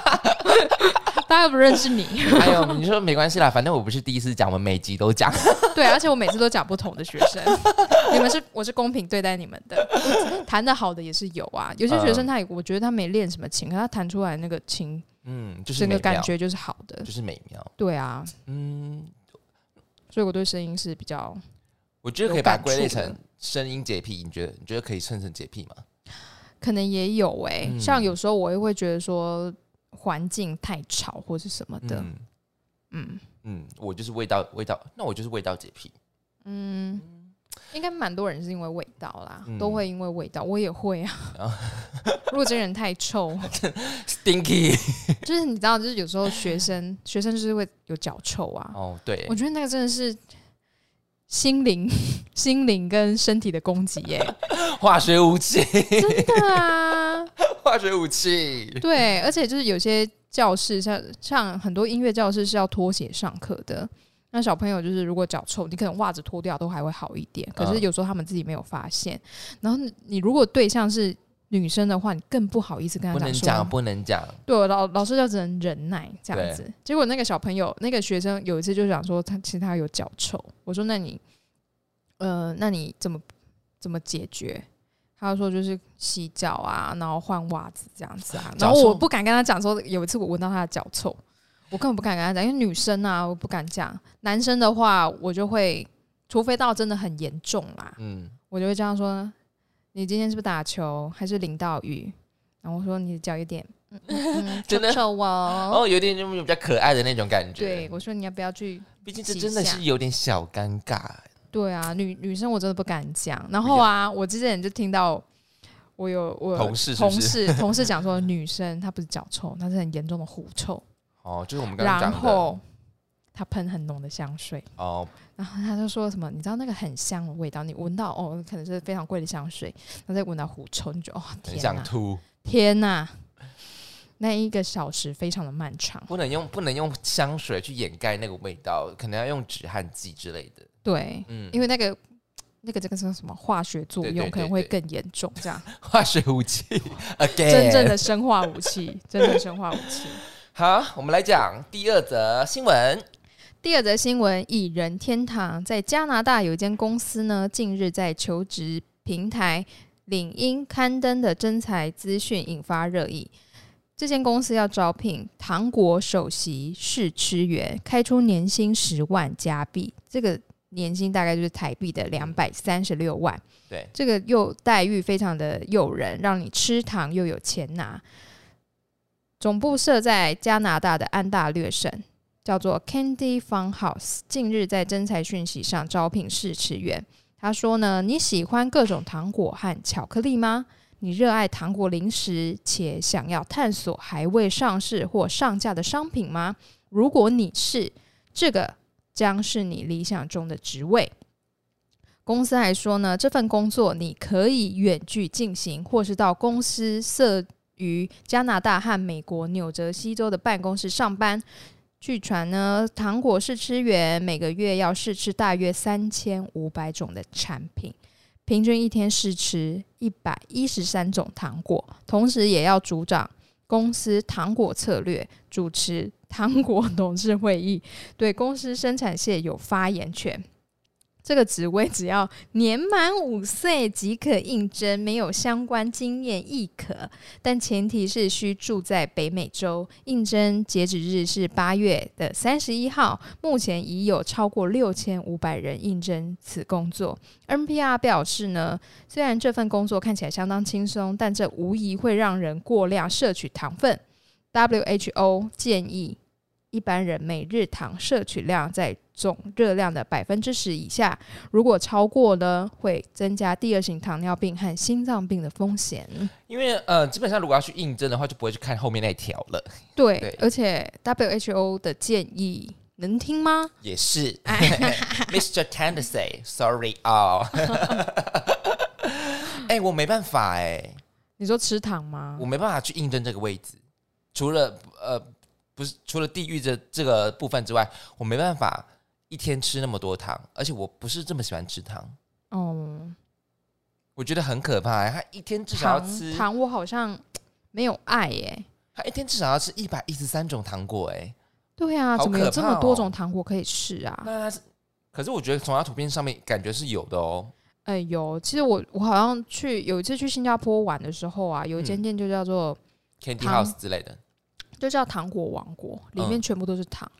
[SPEAKER 2] 大家又不认识你。
[SPEAKER 1] 还有哎你说没关系啦，反正我不是第一次讲，我们每集都 讲。
[SPEAKER 2] 对，而且我每次都讲不同的学生，你们是我是公平对待你们的，弹的好的也是有啊，有些学生他也，我觉得他没练什么琴，可他弹出来那个琴，
[SPEAKER 1] 嗯，就是
[SPEAKER 2] 整个
[SPEAKER 1] 美
[SPEAKER 2] 感
[SPEAKER 1] 妙，
[SPEAKER 2] 觉就是好的，
[SPEAKER 1] 就是美妙。
[SPEAKER 2] 对啊，
[SPEAKER 1] 嗯，
[SPEAKER 2] 所以我对声音是比较，
[SPEAKER 1] 我觉得可以
[SPEAKER 2] 有
[SPEAKER 1] 把它
[SPEAKER 2] 感
[SPEAKER 1] 归类
[SPEAKER 2] 触的
[SPEAKER 1] 成声音洁癖。你觉得你觉得可以称成洁癖吗？
[SPEAKER 2] 可能也有哎、
[SPEAKER 1] 嗯
[SPEAKER 2] 像有时候我也会觉得说环境太吵或是什么的，
[SPEAKER 1] 嗯
[SPEAKER 2] 嗯
[SPEAKER 1] 嗯，我就是味道味道，那我就是味道洁癖。
[SPEAKER 2] 嗯。应该蛮多人是因为味道啦，
[SPEAKER 1] 嗯哦
[SPEAKER 2] 都会因为味道，我也会啊。 如果这个人太臭，
[SPEAKER 1] Stinky
[SPEAKER 2] 就是你知道，就是有时候学生学生就是会有脚臭啊，
[SPEAKER 1] 哦，对
[SPEAKER 2] 我，觉得那个真的是心灵、 心灵跟身体的攻击 耶、
[SPEAKER 1] 化学武器，
[SPEAKER 2] 真的啊，
[SPEAKER 1] 化学武器。
[SPEAKER 2] 对，而且就是有些教室像像很多音乐教室是要脱鞋上课的。那小朋友就是，如果脚臭，你可能袜子脱掉都还会好一点。可是
[SPEAKER 1] 嗯
[SPEAKER 2] 有时候他们自己没有发现，然后你你如果对象是女生的话，你更不好意思跟
[SPEAKER 1] 不
[SPEAKER 2] 她
[SPEAKER 1] 能
[SPEAKER 2] 讲
[SPEAKER 1] 讲，
[SPEAKER 2] 说，
[SPEAKER 1] 不能讲，
[SPEAKER 2] 对，老老师就只能忍耐这样子。结果那个小朋友，那个学生有一次就讲说他，其实他有脚臭。我说那你，呃，那你怎么怎么解决？他就说就是洗脚啊，然后换袜子这样子啊。
[SPEAKER 1] 脚
[SPEAKER 2] 然
[SPEAKER 1] 臭
[SPEAKER 2] 后我不敢跟他讲说，有一次我闻到他的脚臭，我根本不敢跟他讲，因为女生啊，我不敢讲。男生的话，我就会，除非到真的很严重啦，
[SPEAKER 1] 嗯，
[SPEAKER 2] 我就会这样说：“你今天是不是打球还是淋到雨？”然后我说：“你的脚有点，嗯 嗯嗯
[SPEAKER 1] 真的
[SPEAKER 2] 臭臭哦。
[SPEAKER 1] 哦，有点就是比较可爱的那种感觉。
[SPEAKER 2] 对，我说：“你要不要去
[SPEAKER 1] 毕竟这
[SPEAKER 2] 几
[SPEAKER 1] 真的
[SPEAKER 2] 下
[SPEAKER 1] 是有点小尴尬。？”
[SPEAKER 2] 对啊，女女生我真的不敢讲。然后啊，我之前就听到我有我有
[SPEAKER 1] 同事是不
[SPEAKER 2] 同
[SPEAKER 1] 是
[SPEAKER 2] 事同事讲说，女生她不是脚臭，她是很严重的狐臭，
[SPEAKER 1] 哦，就是我们刚刚
[SPEAKER 2] 然
[SPEAKER 1] 讲的
[SPEAKER 2] 后她喷很浓的香水。
[SPEAKER 1] 哦，
[SPEAKER 2] 然后他就说什么，你知道那个很香的味道，你闻到哦，可能是非常贵的香水，然后再闻到狐臭，你就哦
[SPEAKER 1] 很
[SPEAKER 2] 天哪
[SPEAKER 1] 想，吐，
[SPEAKER 2] 天呐，那一个小时非常的漫长。
[SPEAKER 1] 不能用不能用香水去掩盖那个味道，可能要用止汗剂之类的。
[SPEAKER 2] 对，
[SPEAKER 1] 嗯，
[SPEAKER 2] 因为那个那个这个是什么化学作用，
[SPEAKER 1] 对对对
[SPEAKER 2] 可能会更严重。这样，
[SPEAKER 1] 化学武器，again，
[SPEAKER 2] 真正的生化武器，真正的生化武器。
[SPEAKER 1] 好，我们来讲第二则新闻。
[SPEAKER 2] 第二则新闻：蚁人天堂在加拿大有一间公司呢，近日在求职平台领英刊登的真才资讯引发热议。这间公司要招聘糖果首席试吃员，开出年薪十万加币。这个年薪大概就是台币的两百三十六万，
[SPEAKER 1] 对，
[SPEAKER 2] 这个又待遇非常的诱人，让你吃糖又有钱拿。总部设在加拿大的安大略省，叫做 Candy Funhouse，近日在征才讯息上招聘试吃员。他说呢，你喜欢各种糖果和巧克力吗？你热爱糖果零食，且想要探索还未上市或上架的商品吗？如果你是，这个将是你理想中的职位。公司还说呢，这份工作你可以远距进行，或是到公司设于加拿大和美国纽泽西州的办公室上班。据传呢，糖果试吃员每个月要试吃大约三千五百种的产品，平均一天试吃一百一十三种糖果，同时也要组长公司糖果策略，主持糖果 董事会议，对公司生产线有发言权。这个职位只要年满五岁即可应征，没有相关经验亦可，但前提是需住在北美洲。应征截止日是八月的三十一号，目前已有超过六千五百人应征此工作。NPR 表示呢，虽然这份工作看起来相当轻松，但这无疑会让人过量摄取糖分。WHO 建议一般人每日糖摄取量在总热量的百分之十以下，如果超过呢，会增加第二型糖尿病和心脏病的风险。
[SPEAKER 1] 因为呃，基本上如果要去应征的话，就不会去看后面那条了。
[SPEAKER 2] 对，
[SPEAKER 1] 对
[SPEAKER 2] 而且 WHO 的建议能听吗？
[SPEAKER 1] 也是，Mr. Tennessee，sorry 哦。 哎、我没办法哎、
[SPEAKER 2] 你说吃糖吗
[SPEAKER 1] 我？没办法去应征这个位置，除了呃不是除了地域这这个部分之外，我没办法一天吃那么多糖，而且我不是这么喜欢吃糖，
[SPEAKER 2] 哦，
[SPEAKER 1] 我觉得很可怕、欸。他一天至少要吃
[SPEAKER 2] 糖，糖我好像没有爱耶、
[SPEAKER 1] 他一天至少要吃一百一十三种糖果、欸，哎，
[SPEAKER 2] 对啊，
[SPEAKER 1] 好
[SPEAKER 2] 怎么有
[SPEAKER 1] 可
[SPEAKER 2] 这
[SPEAKER 1] 怕
[SPEAKER 2] 么多
[SPEAKER 1] 哦
[SPEAKER 2] 种糖果可以吃啊？
[SPEAKER 1] 那他是，可是我觉得从他图片上面感觉是有的哦，
[SPEAKER 2] 哎有，其实我我好像去有一次去新加坡玩的时候啊，有一间
[SPEAKER 1] 嗯
[SPEAKER 2] 店就叫做、
[SPEAKER 1] Candy
[SPEAKER 2] 糖
[SPEAKER 1] House 之类的，
[SPEAKER 2] 就叫糖果王国，里面
[SPEAKER 1] 嗯
[SPEAKER 2] 全部都是糖，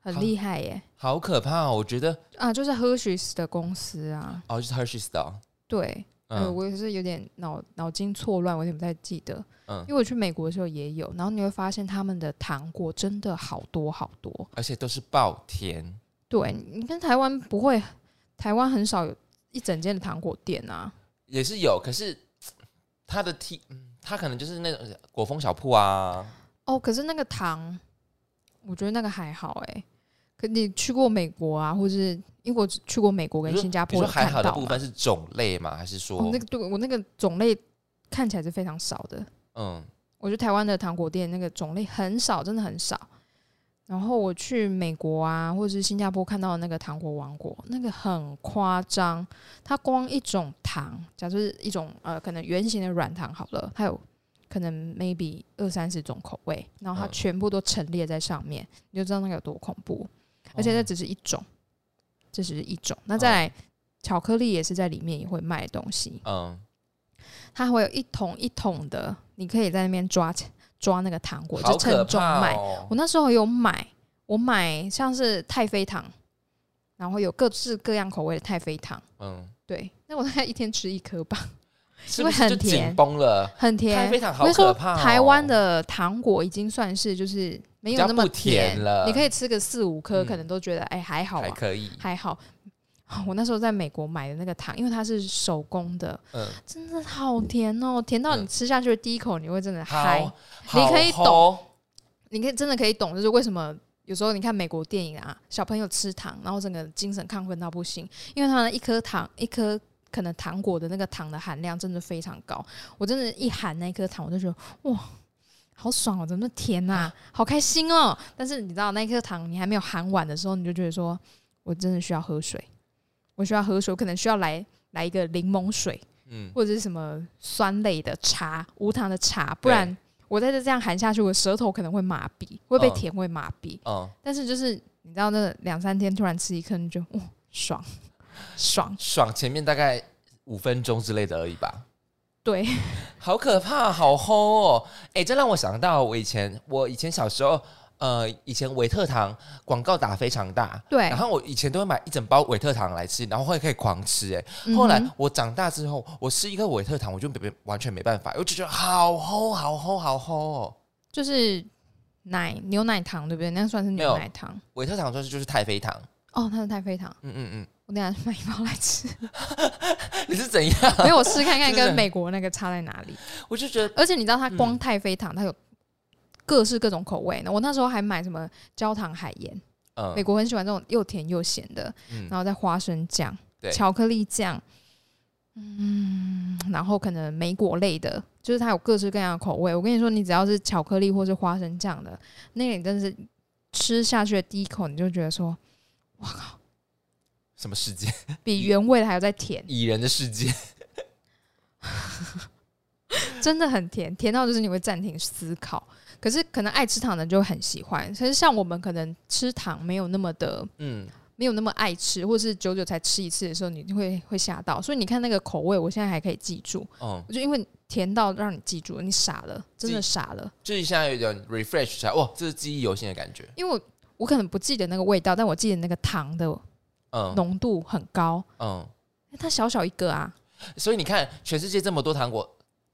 [SPEAKER 2] 很
[SPEAKER 1] 好
[SPEAKER 2] 厉害耶、
[SPEAKER 1] 好可怕哦！我觉得
[SPEAKER 2] 啊，就是 Hershey's 的公司啊，
[SPEAKER 1] 哦，就是 Hershey's 的、哦，
[SPEAKER 2] 对，呃，
[SPEAKER 1] 嗯
[SPEAKER 2] 我也是有点脑脑筋错乱，我有点不太记得，
[SPEAKER 1] 嗯
[SPEAKER 2] 因，为我去美国的时候也有，然后你会发现他们的糖果真的好多好多，
[SPEAKER 1] 而且都是爆甜，
[SPEAKER 2] 对你跟台湾不会，台湾很少有一整间的糖果店啊，
[SPEAKER 1] 也是有，可是他的 T，嗯，他可能就是那种果风小铺啊，
[SPEAKER 2] 哦，可是那个糖，我觉得那个还好哎、可你去过美国啊，或是因为我只去过美国
[SPEAKER 1] 比
[SPEAKER 2] 跟
[SPEAKER 1] 如说
[SPEAKER 2] 新加
[SPEAKER 1] 比
[SPEAKER 2] 坡
[SPEAKER 1] 如
[SPEAKER 2] 有
[SPEAKER 1] 说还
[SPEAKER 2] 看
[SPEAKER 1] 好的
[SPEAKER 2] 到
[SPEAKER 1] 部
[SPEAKER 2] 嘛
[SPEAKER 1] 分是种类吗？还是说，
[SPEAKER 2] 哦，那个对我那个种类看起来是非常少的，
[SPEAKER 1] 嗯，
[SPEAKER 2] 我觉得台湾的糖果店那个种类很少，真的很少。然后我去美国啊，或者是新加坡看到的那个糖果王国，那个很夸张，它光一种糖，假设是一种呃可能圆形的软糖好了，还有可能 maybe 二三十种口味，然后它
[SPEAKER 1] 嗯
[SPEAKER 2] 全部都陈列在上面，你就知道那个有多恐怖。而且
[SPEAKER 1] 哦嗯
[SPEAKER 2] 那只是一种，这只是一种。那再来，巧克力也是在里面也会卖的东西。
[SPEAKER 1] 嗯，
[SPEAKER 2] 它会有一桶一桶的，你可以在那边抓抓那个糖果，
[SPEAKER 1] 嗯好
[SPEAKER 2] 就
[SPEAKER 1] 可
[SPEAKER 2] 称重
[SPEAKER 1] 怕
[SPEAKER 2] 卖。
[SPEAKER 1] 哦
[SPEAKER 2] 我那时候有买，我买像是太妃糖，然后有各式各样口味的太妃糖。
[SPEAKER 1] 嗯，
[SPEAKER 2] 对，那我大概一天吃一 颗吧，
[SPEAKER 1] 是不
[SPEAKER 2] 因为
[SPEAKER 1] 是就
[SPEAKER 2] 很甜
[SPEAKER 1] 紧绷了？
[SPEAKER 2] 很
[SPEAKER 1] 太
[SPEAKER 2] 甜
[SPEAKER 1] 妃。糖好
[SPEAKER 2] 我是
[SPEAKER 1] 可
[SPEAKER 2] 说，
[SPEAKER 1] 怕、哦，
[SPEAKER 2] 台湾的糖果已经算是就是
[SPEAKER 1] 比
[SPEAKER 2] 没有
[SPEAKER 1] 较
[SPEAKER 2] 那么
[SPEAKER 1] 不甜了
[SPEAKER 2] 你可以吃个四五颗，
[SPEAKER 1] 嗯
[SPEAKER 2] 可能都觉得哎、还好
[SPEAKER 1] 还
[SPEAKER 2] 啊，
[SPEAKER 1] 可以，
[SPEAKER 2] 还好。 我那时候在美国买的那个糖，因为它是手工的，
[SPEAKER 1] 嗯，
[SPEAKER 2] 真的好甜哦，甜到你
[SPEAKER 1] 嗯
[SPEAKER 2] 吃下去的第一口，你会真的嗨、
[SPEAKER 1] 好，
[SPEAKER 2] 你可以
[SPEAKER 1] 好
[SPEAKER 2] 懂
[SPEAKER 1] 齁
[SPEAKER 2] 你可以真的可以懂，就是为什么有时候你看美国电影啊，小朋友吃糖，然后整个精神亢奋到不行，因为他们一颗糖一颗。可能糖果的那个糖的含量真的非常高，我真的，一含那一颗糖，我就觉得哇，好爽哦，怎么那么甜呐、好开心哦！但是你知道那一颗糖你还没有含完的时候，你就觉得说，我真的需要喝水，我需要喝水，我可能需要来来一个柠檬水，
[SPEAKER 1] 嗯，
[SPEAKER 2] 或者是什么酸类的茶、无糖的茶，不
[SPEAKER 1] 对
[SPEAKER 2] 然我再这样含下去，我舌头可能会麻痹，会被
[SPEAKER 1] 嗯
[SPEAKER 2] 甜味麻痹。
[SPEAKER 1] 嗯，
[SPEAKER 2] 但是就是你知道，那两三天突然吃一颗，你就哇、爽，爽，
[SPEAKER 1] 爽前面大概五分钟之类的而已吧。
[SPEAKER 2] 对，
[SPEAKER 1] 好可怕，好齁哦！哎、这让我想到我以前，我以前小时候，呃，以前维特糖广告打非常大，
[SPEAKER 2] 对
[SPEAKER 1] 然，后我以前都会买一整包维特糖来吃，然后会可以狂吃、欸，后来
[SPEAKER 2] 嗯哼
[SPEAKER 1] 我长大之后，我吃一个维特糖，我就没完全没办法，我就觉得好齁好齁好齁哦。
[SPEAKER 2] 就是奶牛奶糖，对不对？那算是
[SPEAKER 1] 没
[SPEAKER 2] 牛
[SPEAKER 1] 有
[SPEAKER 2] 奶糖
[SPEAKER 1] 维特糖就是就是太妃糖，
[SPEAKER 2] 哦，它是太妃糖。
[SPEAKER 1] 嗯嗯
[SPEAKER 2] 我等一下去买一包来吃，
[SPEAKER 1] 嗯，你是怎样？
[SPEAKER 2] 没有我试看看
[SPEAKER 1] 真的
[SPEAKER 2] 跟美国那个差在 哪里。
[SPEAKER 1] 我就觉得
[SPEAKER 2] 而且你知道，它光
[SPEAKER 1] 嗯
[SPEAKER 2] 太妃糖它有各式各种口味呢。我那时候还买什么焦糖海盐，美
[SPEAKER 1] 嗯
[SPEAKER 2] 国哦很喜欢这种又甜又咸的，
[SPEAKER 1] 嗯，
[SPEAKER 2] 然后再花生酱、
[SPEAKER 1] 对
[SPEAKER 2] 巧克力酱，嗯，然后可能莓果类的，就是它有各式各样的口味。我跟你说，你只要是巧克力或是花生酱的，那个你真的是吃下去的第一口，你就觉得说
[SPEAKER 1] 什么世界？
[SPEAKER 2] 比原味的还要再甜，
[SPEAKER 1] 蚁人的世界？
[SPEAKER 2] 真的很甜，甜到就是你会暂停思考。可是可能爱吃糖的人就会很喜欢，可是像我们可能吃糖没有那么的
[SPEAKER 1] 嗯，
[SPEAKER 2] 没有那么爱吃，或是久久才吃一次的时候，你就会会吓到。所以你看那个口味，我现在还可以记住，
[SPEAKER 1] 哦、
[SPEAKER 2] 我就因为甜到让你记住了，你傻了，真的
[SPEAKER 1] 记
[SPEAKER 2] 傻了。
[SPEAKER 1] 就是现在有点 refresh 一下，哇，这是记忆犹新的感觉。
[SPEAKER 2] 因为我我可能不记得那个味道，但我记得那个糖的
[SPEAKER 1] 嗯
[SPEAKER 2] 浓度很高，
[SPEAKER 1] 嗯，
[SPEAKER 2] 它小小一个啊，
[SPEAKER 1] 所以你看，全世界这么多糖果，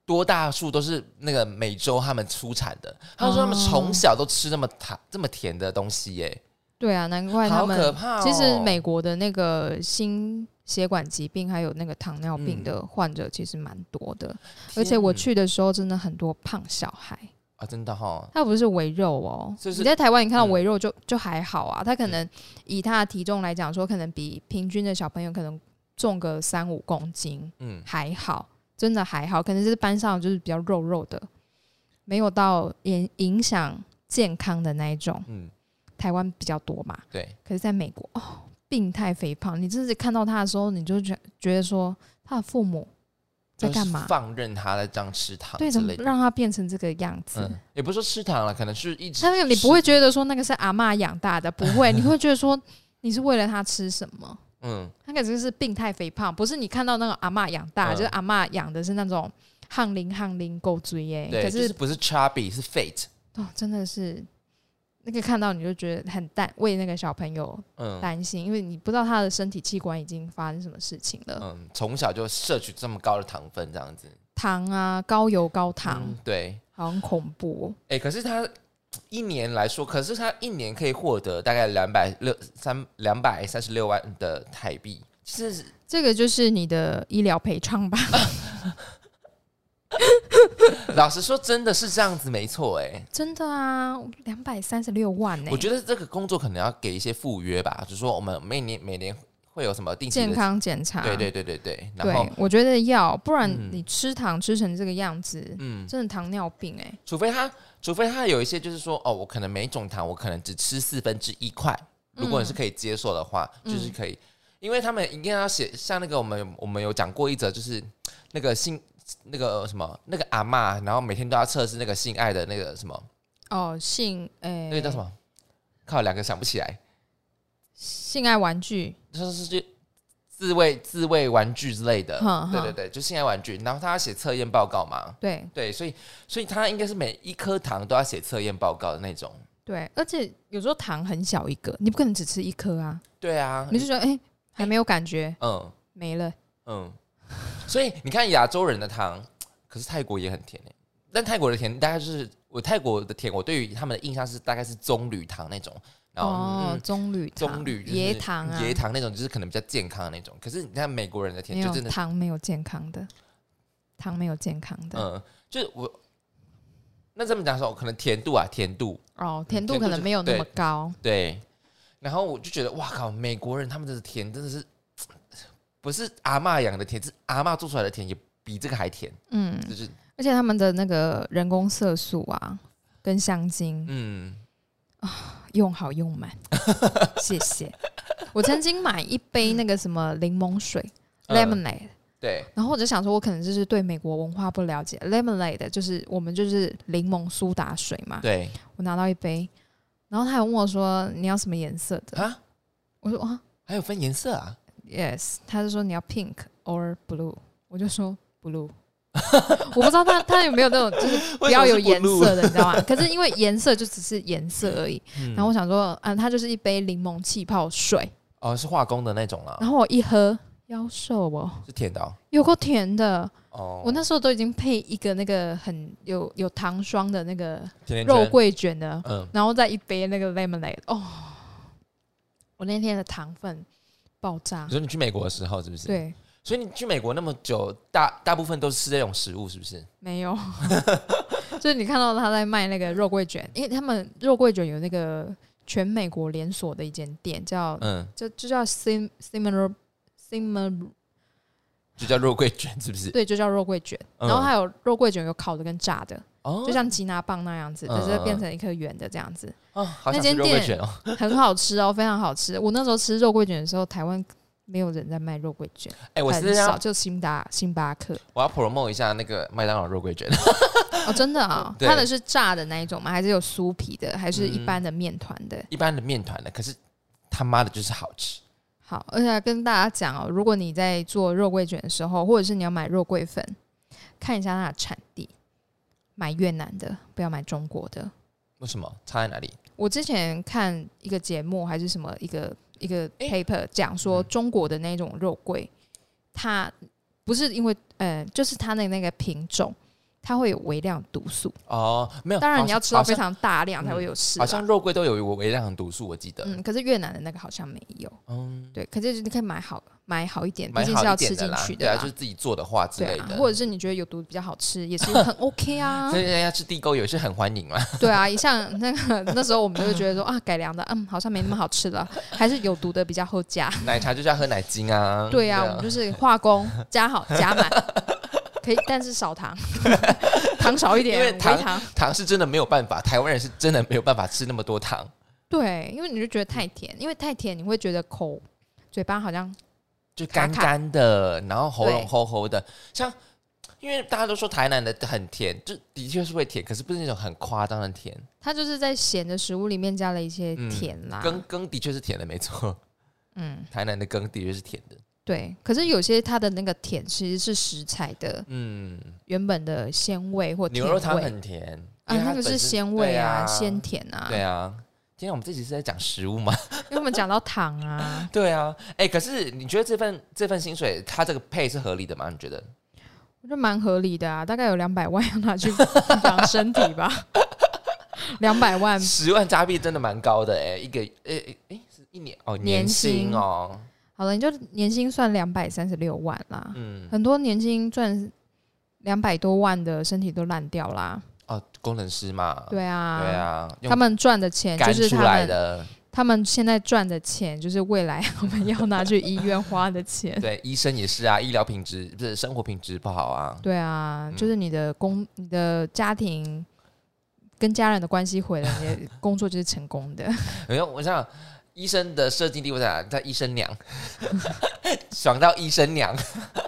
[SPEAKER 1] 多大数都是那个美洲他们出产的。他们说他们
[SPEAKER 2] 哦
[SPEAKER 1] 从小都吃那么糖、这么甜的东西耶、
[SPEAKER 2] 对啊，难怪他
[SPEAKER 1] 好
[SPEAKER 2] 们。
[SPEAKER 1] 可怕、哦。
[SPEAKER 2] 其实美国的那个心血管疾病还有那个糖尿病的患者其实蛮多的，而且我
[SPEAKER 1] 嗯天
[SPEAKER 2] 去的时候真的很多胖小孩。
[SPEAKER 1] 啊，真的哈、哦，
[SPEAKER 2] 它不是围肉哦，
[SPEAKER 1] 就是
[SPEAKER 2] 你在台湾你看到
[SPEAKER 1] 嗯
[SPEAKER 2] 围肉就、就还好啊，它可能以它的体重来讲说，可能比平均的小朋友可能重个三五公斤
[SPEAKER 1] 嗯，
[SPEAKER 2] 还好，真的还好，可能就是班上就是比较肉肉的，没有到影影响健康的那一种，
[SPEAKER 1] 嗯，
[SPEAKER 2] 台湾比较多嘛，
[SPEAKER 1] 对，
[SPEAKER 2] 可是在美国哦，病态肥胖，你真是看到他的时候，你就觉觉得说他的父母在干
[SPEAKER 1] 就是
[SPEAKER 2] 嘛？
[SPEAKER 1] 放任他在这样吃糖
[SPEAKER 2] 对，
[SPEAKER 1] 之
[SPEAKER 2] 怎么
[SPEAKER 1] 类的。
[SPEAKER 2] 让他变成这个样子？
[SPEAKER 1] 嗯，也不是说吃糖了，可能是一直
[SPEAKER 2] 他那个你不会觉得说那个是阿嬷养大的，不会，你会觉得说你是为了他吃什么？
[SPEAKER 1] 嗯
[SPEAKER 2] 那个就是病态肥胖，不是你看到那个阿嬷养大，
[SPEAKER 1] 嗯
[SPEAKER 2] 就是阿嬷养的是那种汗淋汗淋狗嘴耶。
[SPEAKER 1] 对，
[SPEAKER 2] 哎可、
[SPEAKER 1] 就是不是 chubby 是 fat，
[SPEAKER 2] 哦，真的是那个看到你就觉得很担为那个小朋友
[SPEAKER 1] 嗯
[SPEAKER 2] 担心，因为你不知道他的身体器官已经发生什么事情了。
[SPEAKER 1] 嗯，从小就摄取这么高的糖分，这样子
[SPEAKER 2] 糖啊，高油高糖，
[SPEAKER 1] 嗯对，
[SPEAKER 2] 好很恐怖、
[SPEAKER 1] 哎、可是他一年来说，可是他一年可以获得大概两百六三两百三十六万的台币，其实是
[SPEAKER 2] 哦。这个就是你的医疗赔偿吧？
[SPEAKER 1] 老实说，真的是这样子，没错。哎，
[SPEAKER 2] 真的啊，两百三十六万呢、
[SPEAKER 1] 我觉得这个工作可能要给一些赴约吧，就是说我们每年每年会有什么定期的
[SPEAKER 2] 健，康检查，
[SPEAKER 1] 对对对对对，然后
[SPEAKER 2] 对，我觉得要，不然
[SPEAKER 1] 嗯
[SPEAKER 2] 你吃糖吃成这个样子，
[SPEAKER 1] 嗯，
[SPEAKER 2] 真的糖尿病哎、
[SPEAKER 1] 除非他除非他有一些就是说哦，我可能每种糖我可能只吃四分之一块，如果你是可以接受的话，
[SPEAKER 2] 嗯
[SPEAKER 1] 就是可以，因为他们一定要写像那个我们我们有讲过一则就是那个性那个呃什么那个阿妈，然后每天都要测试那个性爱的那个什么
[SPEAKER 2] 哦，性哎、
[SPEAKER 1] 那个叫什么，靠两个想不起来，
[SPEAKER 2] 性爱玩具，
[SPEAKER 1] 就是就自慰自慰玩具之类的
[SPEAKER 2] 哼，
[SPEAKER 1] 对
[SPEAKER 2] 哼
[SPEAKER 1] 对对，就性爱玩具，然后他要写测验报告嘛。
[SPEAKER 2] 对
[SPEAKER 1] 对，所以所以他应该是每一颗糖都要写测验报告的那种。
[SPEAKER 2] 对，而且有时候糖很小一个，你不可能只吃一颗啊，
[SPEAKER 1] 对啊，
[SPEAKER 2] 你就觉得哎、还没有感觉，
[SPEAKER 1] 嗯，
[SPEAKER 2] 没了。
[SPEAKER 1] 嗯，所以你看亚洲人的糖，可是泰国也很甜诶、但泰国的甜大概就是我泰国的甜，我对于他们的印象是大概是棕榈糖那种，然后、
[SPEAKER 2] 哦
[SPEAKER 1] 嗯，、
[SPEAKER 2] 棕榈
[SPEAKER 1] 棕
[SPEAKER 2] 糖、
[SPEAKER 1] 榈就是
[SPEAKER 2] 椰糖啊，
[SPEAKER 1] 椰糖那种就是可能比较健康的那种。可是你看美国人的
[SPEAKER 2] 没
[SPEAKER 1] 甜
[SPEAKER 2] 有
[SPEAKER 1] 就真的，
[SPEAKER 2] 糖没有健康的，糖没有健康的。
[SPEAKER 1] 嗯，就是我那这么讲说，可能甜度啊，甜度
[SPEAKER 2] 哦，
[SPEAKER 1] 甜
[SPEAKER 2] 甜度
[SPEAKER 1] 度
[SPEAKER 2] 可能
[SPEAKER 1] 就
[SPEAKER 2] 没有那么
[SPEAKER 1] 对
[SPEAKER 2] 高。
[SPEAKER 1] 对。然后我就觉得哇靠，美国人他们的甜真的是不是阿嬷养的甜，是阿嬷做出来的甜也比这个还甜，
[SPEAKER 2] 嗯，
[SPEAKER 1] 就是
[SPEAKER 2] 而且他们的那个人工色素啊，跟香精、
[SPEAKER 1] 嗯
[SPEAKER 2] 用好用满，谢谢。我曾经买一杯那个什么柠檬水、
[SPEAKER 1] 嗯
[SPEAKER 2] lemonade，
[SPEAKER 1] 对，
[SPEAKER 2] 然后我就想说，我可能就是对美国文化不了解，lemonade 就是我们就是柠檬苏打水嘛。
[SPEAKER 1] 对
[SPEAKER 2] 我拿到一杯，然后他还问我说你要什么颜色的，
[SPEAKER 1] 啊，
[SPEAKER 2] 我说啊。
[SPEAKER 1] 还有分 颜色啊？
[SPEAKER 2] Yes，他就说你要 pink or blue，我就说 blue，我不知道他他有没有那种就是不要有颜色的，你知道吗？可是因为颜色就只是颜色而已。
[SPEAKER 1] 嗯
[SPEAKER 2] 然后我想说，啊，它就是一杯柠檬气泡水，
[SPEAKER 1] 哦是化工的那种啦，
[SPEAKER 2] 然后我一喝，妖兽哦，
[SPEAKER 1] 是甜的哦。
[SPEAKER 2] 有够甜的。
[SPEAKER 1] 哦
[SPEAKER 2] 我那时候都已经配一个那个很有有糖霜的那个
[SPEAKER 1] 甜甜
[SPEAKER 2] 肉
[SPEAKER 1] 圈，
[SPEAKER 2] 桂卷的，
[SPEAKER 1] 嗯，
[SPEAKER 2] 然后再一杯那个 lemonade，哦，我那天的糖分爆炸
[SPEAKER 1] 你。说你去美国的时候是不是？，
[SPEAKER 2] 对，
[SPEAKER 1] 所以你去美国那么久，大大部分都是吃这种食物，是不是？
[SPEAKER 2] 没有， 就是你看到他在卖那个肉桂卷，因为他们肉桂卷有那个全美国连锁的一间店，叫、
[SPEAKER 1] 嗯，
[SPEAKER 2] 就就叫 Sim Simmer Simmer，
[SPEAKER 1] 就叫肉桂卷，是不是？
[SPEAKER 2] 对，就叫肉桂卷。
[SPEAKER 1] 嗯
[SPEAKER 2] 然后还有肉桂卷有烤的跟炸的，
[SPEAKER 1] 哦
[SPEAKER 2] 就像吉拿棒那样子，
[SPEAKER 1] 嗯
[SPEAKER 2] 就是变成一颗圆的这样子，
[SPEAKER 1] 哦，好
[SPEAKER 2] 那
[SPEAKER 1] 想吃
[SPEAKER 2] 间
[SPEAKER 1] 肉桂
[SPEAKER 2] 店
[SPEAKER 1] 卷哦。
[SPEAKER 2] 很好吃哦，非常好吃。我那时候吃肉桂卷的时候，台湾没有人在卖肉桂卷，
[SPEAKER 1] 哎、我是
[SPEAKER 2] 很少，
[SPEAKER 1] 要
[SPEAKER 2] 就星巴星巴克
[SPEAKER 1] 我要 promote 一下那个麦当劳肉桂卷，
[SPEAKER 2] 哦，真的啊、
[SPEAKER 1] 对
[SPEAKER 2] 它的是炸的那一种吗？还是有酥皮的，还是一
[SPEAKER 1] 嗯
[SPEAKER 2] 般的面团的？
[SPEAKER 1] 一般的面团的，可是他妈的就是好吃。
[SPEAKER 2] 好，而且还跟大家讲哦，如果你在做肉桂卷的时候，或者是你要买肉桂粉，看一下它的产地，买越南的，不要买中国的。
[SPEAKER 1] 为什么？差在哪里？
[SPEAKER 2] 我之前看一个节目还是什么一个一个 paper 讲
[SPEAKER 1] 嗯
[SPEAKER 2] 说中国的那种肉桂，它不是因为呃，就是它的那个品种，它会有微量毒素。
[SPEAKER 1] 哦，没有。
[SPEAKER 2] 当然
[SPEAKER 1] 好
[SPEAKER 2] 你
[SPEAKER 1] 像
[SPEAKER 2] 要吃到
[SPEAKER 1] 好
[SPEAKER 2] 非
[SPEAKER 1] 像嗯
[SPEAKER 2] 常大量才会有事、啊
[SPEAKER 1] 好像肉桂都有微量的毒素，我记得。
[SPEAKER 2] 嗯，可是越南的那个好像没有。
[SPEAKER 1] 嗯，
[SPEAKER 2] 对，可是你可以买好买好一点，毕
[SPEAKER 1] 蛮
[SPEAKER 2] 竟
[SPEAKER 1] 好
[SPEAKER 2] 是要
[SPEAKER 1] 一点
[SPEAKER 2] 吃进
[SPEAKER 1] 啦
[SPEAKER 2] 去
[SPEAKER 1] 对
[SPEAKER 2] 的
[SPEAKER 1] 啊，
[SPEAKER 2] 啦
[SPEAKER 1] 就是自己做的话之
[SPEAKER 2] 对
[SPEAKER 1] 类
[SPEAKER 2] 啊
[SPEAKER 1] 的，。
[SPEAKER 2] 或者是你觉得有毒比较好 吃，也是很 OK 啊
[SPEAKER 1] 所。以人家吃地沟油是很欢迎啦。
[SPEAKER 2] 对啊，像那个那时候我们就会觉得说啊，改良的嗯好像没那么好吃了，还是有毒的比较后加。
[SPEAKER 1] 奶茶就是要喝奶精啊。
[SPEAKER 2] 对啊，我们就是化 工加好加满，可以，但是少糖，糖少一点，
[SPEAKER 1] 因为
[SPEAKER 2] 微
[SPEAKER 1] 糖
[SPEAKER 2] 糖。
[SPEAKER 1] 糖是真的没有办法，台湾人是真的没有办法吃那么多糖。
[SPEAKER 2] 对，因为你就觉得
[SPEAKER 1] 嗯
[SPEAKER 2] 太甜，因为太甜你会觉得口嘴巴好像
[SPEAKER 1] 就干
[SPEAKER 2] 卡卡
[SPEAKER 1] 干的，然后喉咙
[SPEAKER 2] 对
[SPEAKER 1] 齁齁的，像因为大家都说台南的很甜，就的确是会甜，可是不是那种很夸张的甜，
[SPEAKER 2] 它就是在咸的食物里面加了一些
[SPEAKER 1] 嗯
[SPEAKER 2] 甜啦。
[SPEAKER 1] 羹羹的确是甜的，没错，
[SPEAKER 2] 啊嗯，
[SPEAKER 1] 台南的羹的确是甜的，
[SPEAKER 2] 对。可是有些它的那个甜其实是食材的
[SPEAKER 1] 嗯，
[SPEAKER 2] 原本的鲜味或甜
[SPEAKER 1] 牛
[SPEAKER 2] 味
[SPEAKER 1] 肉汤很甜
[SPEAKER 2] 啊，那个是鲜味啊，鲜、
[SPEAKER 1] 鲜
[SPEAKER 2] 甜啊。
[SPEAKER 1] 对啊。天啊，我们这集是在讲食物吗？
[SPEAKER 2] 因为我们讲到糖 啊，
[SPEAKER 1] 对啊，哎、可是你觉得这份这份薪水，它这个配是合理的吗？你觉得？
[SPEAKER 2] 我觉得蛮合理的啊，大概有两百万要拿去养身体吧，两百万
[SPEAKER 1] 十万加币真的蛮高的哎、一个哎哎哎是一年哦，
[SPEAKER 2] 年
[SPEAKER 1] 年薪
[SPEAKER 2] 薪
[SPEAKER 1] 哦，
[SPEAKER 2] 好了，你就年薪算两百三十六万啦，
[SPEAKER 1] 嗯，
[SPEAKER 2] 很多年薪赚两百多万的身体都烂掉啦。
[SPEAKER 1] 哦，工程师嘛，
[SPEAKER 2] 对啊，
[SPEAKER 1] 对啊，用
[SPEAKER 2] 他们赚的钱就
[SPEAKER 1] 干
[SPEAKER 2] 是
[SPEAKER 1] 出
[SPEAKER 2] 他
[SPEAKER 1] 来
[SPEAKER 2] 们
[SPEAKER 1] 的，
[SPEAKER 2] 他们现在赚的钱，就是未 来我们要拿去医院花的钱。
[SPEAKER 1] 对，医生也是啊，医疗品质不是生活品质不好啊，
[SPEAKER 2] 对啊，就是你的工、你的家庭跟家人的关系毁了，你的工作就是成功 的。
[SPEAKER 1] 没有，哎我想医生的设计地位在哪？在医生娘， 爽到医生娘，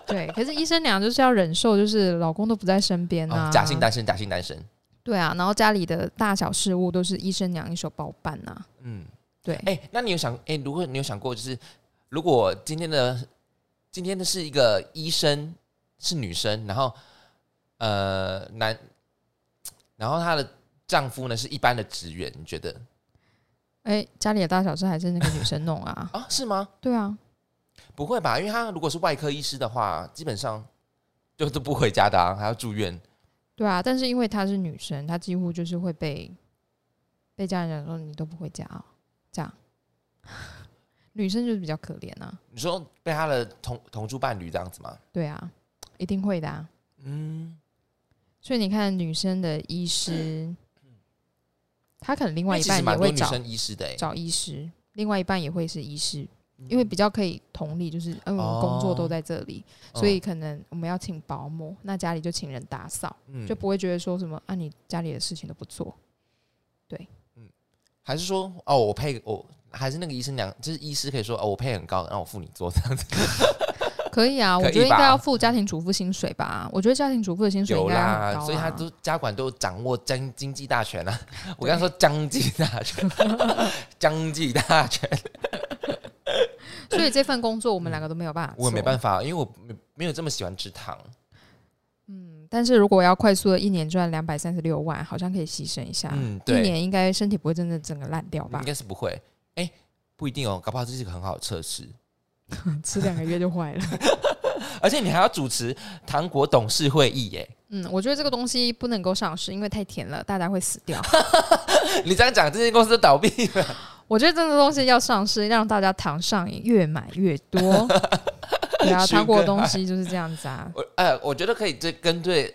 [SPEAKER 2] 对，可是医生娘就是要忍受，就是老公都不在身边啊，
[SPEAKER 1] 哦假性单身，假性单身，
[SPEAKER 2] 对啊，然后家里的大小事务都是医生娘一手包办啊。
[SPEAKER 1] 嗯，
[SPEAKER 2] 对，
[SPEAKER 1] 哎、那你有想，哎、如果你有想过，就是如果今天的今天的是一个医生是女生，然后呃男，然后她的丈夫呢是一般的职员，你觉得
[SPEAKER 2] 哎、家里的大小事还是那个女生弄 啊？
[SPEAKER 1] 啊是吗？
[SPEAKER 2] 对啊，
[SPEAKER 1] 不会吧？因为他如果是外科医师的话，基本上就都不回家的、啊，还要住院。
[SPEAKER 2] 对啊，但是因为她是女生，她几乎就是会被被家人讲说你都不回家啊、这样。 女生就是比较可怜啊，
[SPEAKER 1] 你说被他的同同住伴侣这样子吗？
[SPEAKER 2] 对啊，一定会的啊。
[SPEAKER 1] 嗯，
[SPEAKER 2] 所以你看，女生的医师，她可能另
[SPEAKER 1] 因
[SPEAKER 2] 外
[SPEAKER 1] 为
[SPEAKER 2] 一
[SPEAKER 1] 其实
[SPEAKER 2] 半也
[SPEAKER 1] 蛮多
[SPEAKER 2] 会
[SPEAKER 1] 女
[SPEAKER 2] 找
[SPEAKER 1] 生医师的、欸，嗯
[SPEAKER 2] 找医师，另外一半也会是医师，因为比较可以同理，就是嗯，我们工作都在这里，
[SPEAKER 1] 嗯
[SPEAKER 2] 所以可能我们要请保姆，那家里就请人打扫，
[SPEAKER 1] 嗯
[SPEAKER 2] 就不会觉得说什么啊，你家里的事情都不做。
[SPEAKER 1] 还是说哦，我配我还是那个医生娘，就是医师可以说哦，我配很高，让我付你做这样子。
[SPEAKER 2] 可以啊，
[SPEAKER 1] 可以
[SPEAKER 2] 我觉得应该
[SPEAKER 1] 吧
[SPEAKER 2] 要付家庭主妇薪水吧。我觉得家庭主妇的薪水应
[SPEAKER 1] 有
[SPEAKER 2] 该要很
[SPEAKER 1] 啦，
[SPEAKER 2] 高、啊，
[SPEAKER 1] 所以他都家管都掌握将经济大权啊。我刚刚说将济大 权，将济大权，
[SPEAKER 2] 所以这份工作我们两个都没有办法，
[SPEAKER 1] 嗯我也没办
[SPEAKER 2] 法。
[SPEAKER 1] 法，因为我没没有这么喜欢吃糖。
[SPEAKER 2] 嗯但是如果要快速的一年赚两百三十六万，好像可以牺牲一下。
[SPEAKER 1] 嗯，
[SPEAKER 2] 一
[SPEAKER 1] 对，
[SPEAKER 2] 年应该身体不会真的整个烂 掉吧
[SPEAKER 1] 应？该是不会。哎、不一定哦，搞不好这是一个很好的测试。
[SPEAKER 2] 吃两个月就坏了。
[SPEAKER 1] 而且你还要主持糖果董事会议耶！
[SPEAKER 2] 嗯，我觉得这个东西不能够上市，因为太甜了，大家会死掉。
[SPEAKER 1] 你这样讲，这些公司都倒闭了。
[SPEAKER 2] 我觉得这个东西要上市，让大家糖上瘾，越买越 多。对啊，糖果东西就是这样子啊。
[SPEAKER 1] 我呃，我觉得可以这针对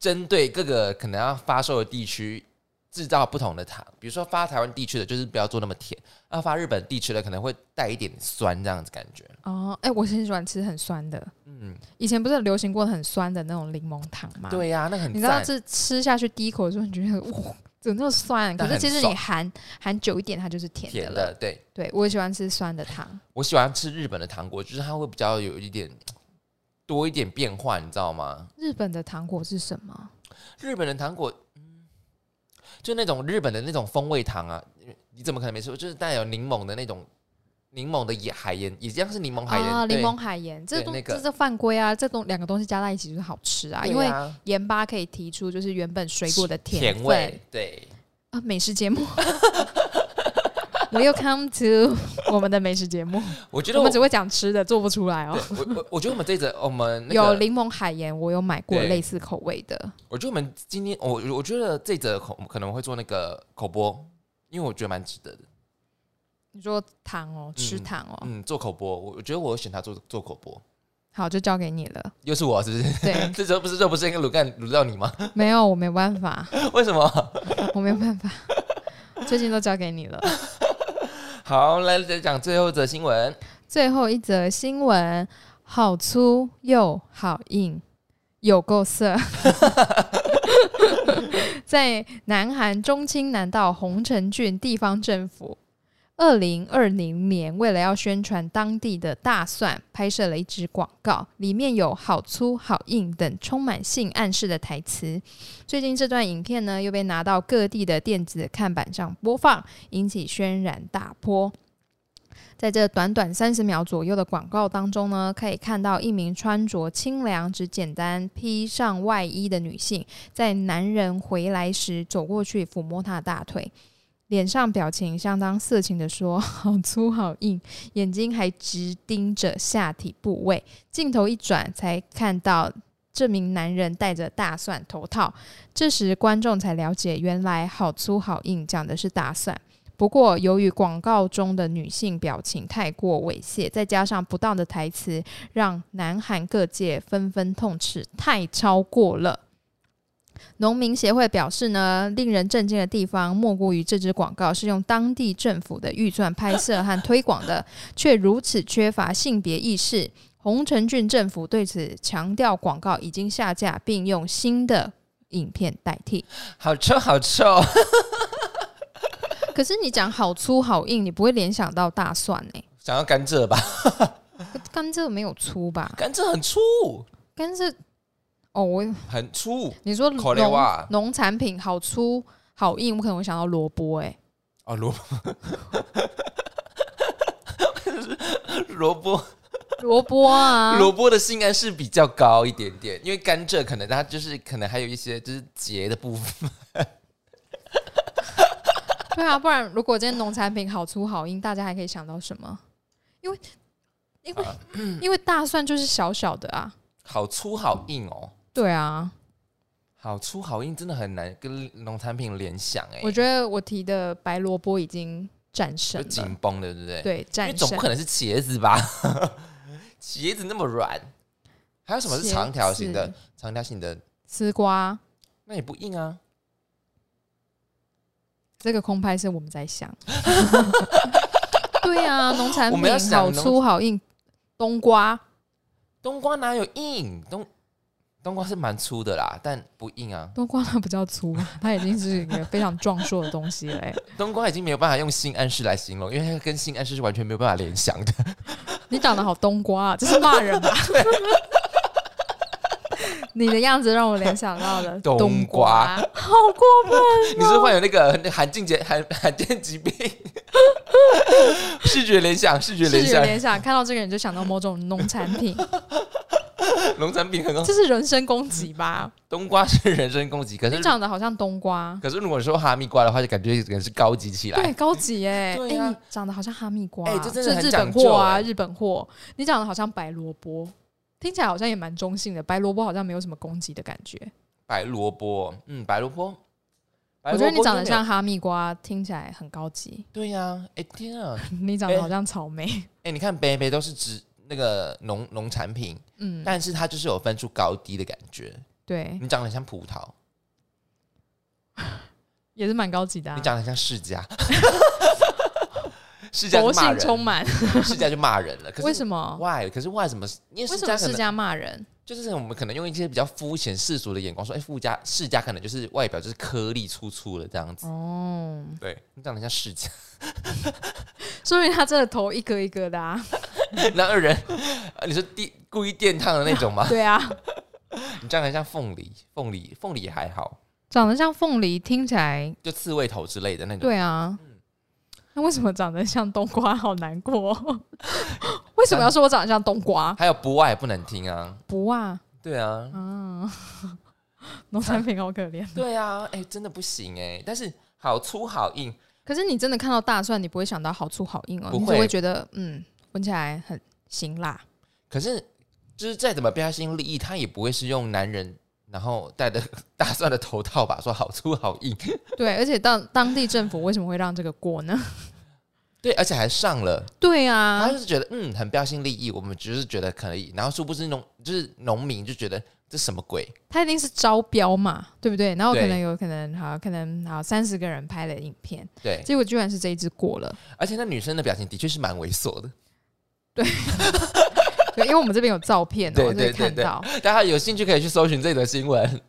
[SPEAKER 1] 针对各个可能要发售的地区，制造不同的糖。比如说发台湾地区的，就是不要做那么甜；要发日本地区的，可能会带一点酸这样子感觉。
[SPEAKER 2] 哦，哎、我很喜欢吃很酸的，
[SPEAKER 1] 嗯，
[SPEAKER 2] 以前不是很流行过很酸的那种柠檬糖吗？，
[SPEAKER 1] 对呀、那很
[SPEAKER 2] 你知道
[SPEAKER 1] 赞。
[SPEAKER 2] 这吃下去第一口的时候，你觉得哇，怎么那么酸？可
[SPEAKER 1] 但
[SPEAKER 2] 是其
[SPEAKER 1] 很
[SPEAKER 2] 实
[SPEAKER 1] 爽
[SPEAKER 2] 你含含久一点，它就是甜
[SPEAKER 1] 甜
[SPEAKER 2] 的了。
[SPEAKER 1] 的，对
[SPEAKER 2] 对，我也喜欢吃酸的糖。
[SPEAKER 1] 我喜欢吃日本的糖果，就是它会比较有一点多一点变化，你知道吗？
[SPEAKER 2] 日本的糖果是什么？
[SPEAKER 1] 日本的糖果，嗯，就那种日本的那种风味糖啊，你怎么可能没吃过？就是带有柠檬的那种，柠檬的野海盐，也一样是柠檬海盐，
[SPEAKER 2] 啊，柠
[SPEAKER 1] 对
[SPEAKER 2] 檬海盐，这
[SPEAKER 1] 对
[SPEAKER 2] 东
[SPEAKER 1] 那
[SPEAKER 2] 这
[SPEAKER 1] 个
[SPEAKER 2] 这犯规啊！这东两个东西加在一起就是好吃啊，
[SPEAKER 1] 对
[SPEAKER 2] 因为
[SPEAKER 1] 啊
[SPEAKER 2] 盐巴可以提出就是原本水果的
[SPEAKER 1] 甜
[SPEAKER 2] 分
[SPEAKER 1] 味，对，
[SPEAKER 2] 啊。美食节目 ，Welcome to 我们的美食节目，
[SPEAKER 1] 我觉得
[SPEAKER 2] 我
[SPEAKER 1] 我
[SPEAKER 2] 们只会讲吃的，做不出来哦
[SPEAKER 1] 对。我我我觉得我们这一则我们那
[SPEAKER 2] 有
[SPEAKER 1] 个，
[SPEAKER 2] 柠檬海盐，我有买过
[SPEAKER 1] 对
[SPEAKER 2] 类似口味的。
[SPEAKER 1] 我觉得我们今天我我觉得这一则口可能会做那个口播，因为我觉得蛮值得的。
[SPEAKER 2] 你说糖哦，吃
[SPEAKER 1] 嗯
[SPEAKER 2] 糖哦，
[SPEAKER 1] 嗯，做口播，我我觉得我会选他做做口播，
[SPEAKER 2] 好，就交给你了。
[SPEAKER 1] 又是我是不是？，
[SPEAKER 2] 对
[SPEAKER 1] 这周不是这不是应该轮干轮到你吗？
[SPEAKER 2] 没有，我没办法，
[SPEAKER 1] 为什么？
[SPEAKER 2] 我没有办法，最近都交给你了。
[SPEAKER 1] 好，来再讲最后一则新闻。
[SPEAKER 2] 最后一则新闻，好粗又好硬，有够色。 在南韩中清南道洪城郡地方政府，二零二零年为了要宣传当地的大蒜，拍摄了一支广告，里面有“好粗好硬”等充满性暗示的台词。最近这段影片呢，又被拿到各地的电子看板上播放，引起轩然大波。在这短短三十秒左右的广告当中呢，可以看到一名穿着清凉、只简单披上外衣的女性，在男人回来时走过去抚摸她的大腿，脸上表情相当色情的说：“好粗好硬。”眼睛还直盯着下体部位。镜头一转，才看到这名男人戴着大蒜头套。这时观众才了解，原来“好粗好硬”讲的是大蒜。不过，由于广告中的女性表情太过猥亵，再加上不当的台词，让南韩各界纷纷痛斥，太超过了。农民协会表示呢，令人震惊的地方莫过于这支广告是用当地政府的预算拍摄和推广的， 却如此缺乏性别意识。洪城郡政府对此强调，广告已经下架，并用新的影片代替。
[SPEAKER 1] 好臭，好臭！
[SPEAKER 2] 可是你讲好粗好硬，你不会联想到大蒜欸呢、
[SPEAKER 1] 想要甘蔗吧？
[SPEAKER 2] 甘蔗没有粗吧？
[SPEAKER 1] 甘蔗很粗，
[SPEAKER 2] 甘蔗哦，我
[SPEAKER 1] 很粗
[SPEAKER 2] 你说
[SPEAKER 1] 口雷
[SPEAKER 2] 农
[SPEAKER 1] 哇！
[SPEAKER 2] 农产品好粗好硬，我可能会想到萝卜哎、
[SPEAKER 1] 哦，萝卜， 萝卜，
[SPEAKER 2] 萝卜啊，
[SPEAKER 1] 萝卜的性暗示比较高一点点，因为甘蔗可能它就是可能还有一些就是结的部分。
[SPEAKER 2] 对啊，不然如果今天农产品好粗好硬，大家还可以想到什么？因为因为、
[SPEAKER 1] 啊
[SPEAKER 2] 因为大蒜就是小小的啊，
[SPEAKER 1] 好粗好硬哦，
[SPEAKER 2] 对啊，
[SPEAKER 1] 好粗好硬，真的很难跟农产品联想哎、
[SPEAKER 2] 我觉得我提的白萝卜已经战胜
[SPEAKER 1] 就
[SPEAKER 2] 了
[SPEAKER 1] 紧，绷的，对不对？，
[SPEAKER 2] 对，
[SPEAKER 1] 因为
[SPEAKER 2] 战
[SPEAKER 1] 总
[SPEAKER 2] 胜
[SPEAKER 1] 不。可能是茄子吧？ 茄子那么软，还有什么是长条形
[SPEAKER 2] 茄
[SPEAKER 1] 的
[SPEAKER 2] 子？
[SPEAKER 1] 长条形的
[SPEAKER 2] 丝瓜
[SPEAKER 1] 那也不硬啊。
[SPEAKER 2] 这个空拍是我们在 想， 对啊，农产
[SPEAKER 1] 我们要
[SPEAKER 2] 品
[SPEAKER 1] 想
[SPEAKER 2] 好
[SPEAKER 1] 农
[SPEAKER 2] 粗好硬，冬瓜
[SPEAKER 1] 冬瓜哪有硬？冬冬瓜是蛮粗的啦，但不硬啊。
[SPEAKER 2] 冬瓜它不叫粗啊，它已经是一个非常壮硕的东西了、欸。
[SPEAKER 1] 冬瓜已经没有办法用性暗示来形容，因为它跟性暗示是完全没有办法联想的。
[SPEAKER 2] 你长得好冬瓜、啊，这是骂人吧？ 你的样子让我联想到了
[SPEAKER 1] 冬
[SPEAKER 2] 冬
[SPEAKER 1] 瓜，
[SPEAKER 2] 好过分！
[SPEAKER 1] 你是患有那个罕见疾罕罕见疾病， 视觉联想，视觉联
[SPEAKER 2] 视觉
[SPEAKER 1] 想，
[SPEAKER 2] 联想，看到这个人就想到某种农产品。
[SPEAKER 1] 农产品很高
[SPEAKER 2] 这，是人身攻击吧？
[SPEAKER 1] 冬瓜是人身攻击，可
[SPEAKER 2] 你
[SPEAKER 1] 是
[SPEAKER 2] 长得好像冬瓜，
[SPEAKER 1] 可是如果说哈密瓜的话，就感觉可能是高级起
[SPEAKER 2] 对，
[SPEAKER 1] 来。
[SPEAKER 2] 高级耶、哎、
[SPEAKER 1] 对啊
[SPEAKER 2] 你长得好像哈密瓜、啊
[SPEAKER 1] 哎这真的很
[SPEAKER 2] 是日
[SPEAKER 1] 讲
[SPEAKER 2] 本
[SPEAKER 1] 究
[SPEAKER 2] 货啊，
[SPEAKER 1] 哎
[SPEAKER 2] 日本货。你长得好像白萝卜，听起来好像也蛮中性的。白萝卜好像没有什么攻击的感觉。
[SPEAKER 1] 白萝卜，嗯，白萝卜，白
[SPEAKER 2] 我觉
[SPEAKER 1] 萝
[SPEAKER 2] 得你
[SPEAKER 1] 卜
[SPEAKER 2] 长得
[SPEAKER 1] 真的有
[SPEAKER 2] 像。哈密瓜，听起来很高 级。
[SPEAKER 1] 对呀、哎、天啊，
[SPEAKER 2] 你长得好像草莓，
[SPEAKER 1] 哎、你看北北都是植那个农农产品，
[SPEAKER 2] 嗯，
[SPEAKER 1] 但是它就是有分出高低的感觉。
[SPEAKER 2] 对，
[SPEAKER 1] 你长得很像葡萄，
[SPEAKER 2] 啊也是蛮高级的、啊
[SPEAKER 1] 你。长得很像世家， 世家就
[SPEAKER 2] 活
[SPEAKER 1] 骂
[SPEAKER 2] 性充
[SPEAKER 1] 人，
[SPEAKER 2] 满，
[SPEAKER 1] 世家就骂人了。可是
[SPEAKER 2] 为什么？
[SPEAKER 1] why？可是 why 怎么？因为
[SPEAKER 2] 哦
[SPEAKER 1] 世
[SPEAKER 2] 为
[SPEAKER 1] 家
[SPEAKER 2] 什么
[SPEAKER 1] 可
[SPEAKER 2] 世
[SPEAKER 1] 能
[SPEAKER 2] 家骂人？
[SPEAKER 1] 就是我们可能用一些比较肤浅世俗的眼光说，哎、富家世家可能就是外表就是颗粒粗粗的这样子。
[SPEAKER 2] 哦，
[SPEAKER 1] 对你长得像世家，
[SPEAKER 2] 说明他真的头一个一个的啊。
[SPEAKER 1] 然后人，呃你是地故意电烫的那种吗？
[SPEAKER 2] 对啊，
[SPEAKER 1] 你长得像凤梨，凤梨，凤梨也还好，
[SPEAKER 2] 长得像凤梨，听起来
[SPEAKER 1] 就刺猬头之类的那种。
[SPEAKER 2] 对啊。那为什么长得像冬瓜？好难过、 为什么要说我长得像冬瓜？
[SPEAKER 1] 还有不爱也不能听啊，
[SPEAKER 2] 不啊，
[SPEAKER 1] 对啊，
[SPEAKER 2] 啊， 农产品好可怜。
[SPEAKER 1] 对啊，哎、真的不行哎、但是好粗好硬，
[SPEAKER 2] 可是你真的看到大蒜，你不会想到好粗好硬哦，
[SPEAKER 1] 不
[SPEAKER 2] 你只
[SPEAKER 1] 会
[SPEAKER 2] 会觉得嗯，闻起来很辛辣。
[SPEAKER 1] 可是就是再怎么标新立异，他也不会是用男人然后戴的 大蒜的头套吧，说好粗好硬，
[SPEAKER 2] 对，而且当当地政府为什么会让这个过呢？
[SPEAKER 1] 对，而且还上了。
[SPEAKER 2] 对
[SPEAKER 1] 他
[SPEAKER 2] 啊，
[SPEAKER 1] 就是觉得嗯很标新立异，我们只是觉得可以，然后殊不知农就是农民就觉得这什么鬼，
[SPEAKER 2] 他一定是招标嘛，对不对？然后
[SPEAKER 1] 对
[SPEAKER 2] 可能有可能好，可能好三十个人拍的影片，
[SPEAKER 1] 对，
[SPEAKER 2] 结果居然是这一支过了。
[SPEAKER 1] 而且那女生的表情的确是蛮猥琐的，
[SPEAKER 2] 对，因为我们这边有照片、
[SPEAKER 1] 对
[SPEAKER 2] 哦，我可
[SPEAKER 1] 对
[SPEAKER 2] 以
[SPEAKER 1] 对
[SPEAKER 2] 看
[SPEAKER 1] 对
[SPEAKER 2] 到。
[SPEAKER 1] 大家有兴趣可以去搜寻这则新闻，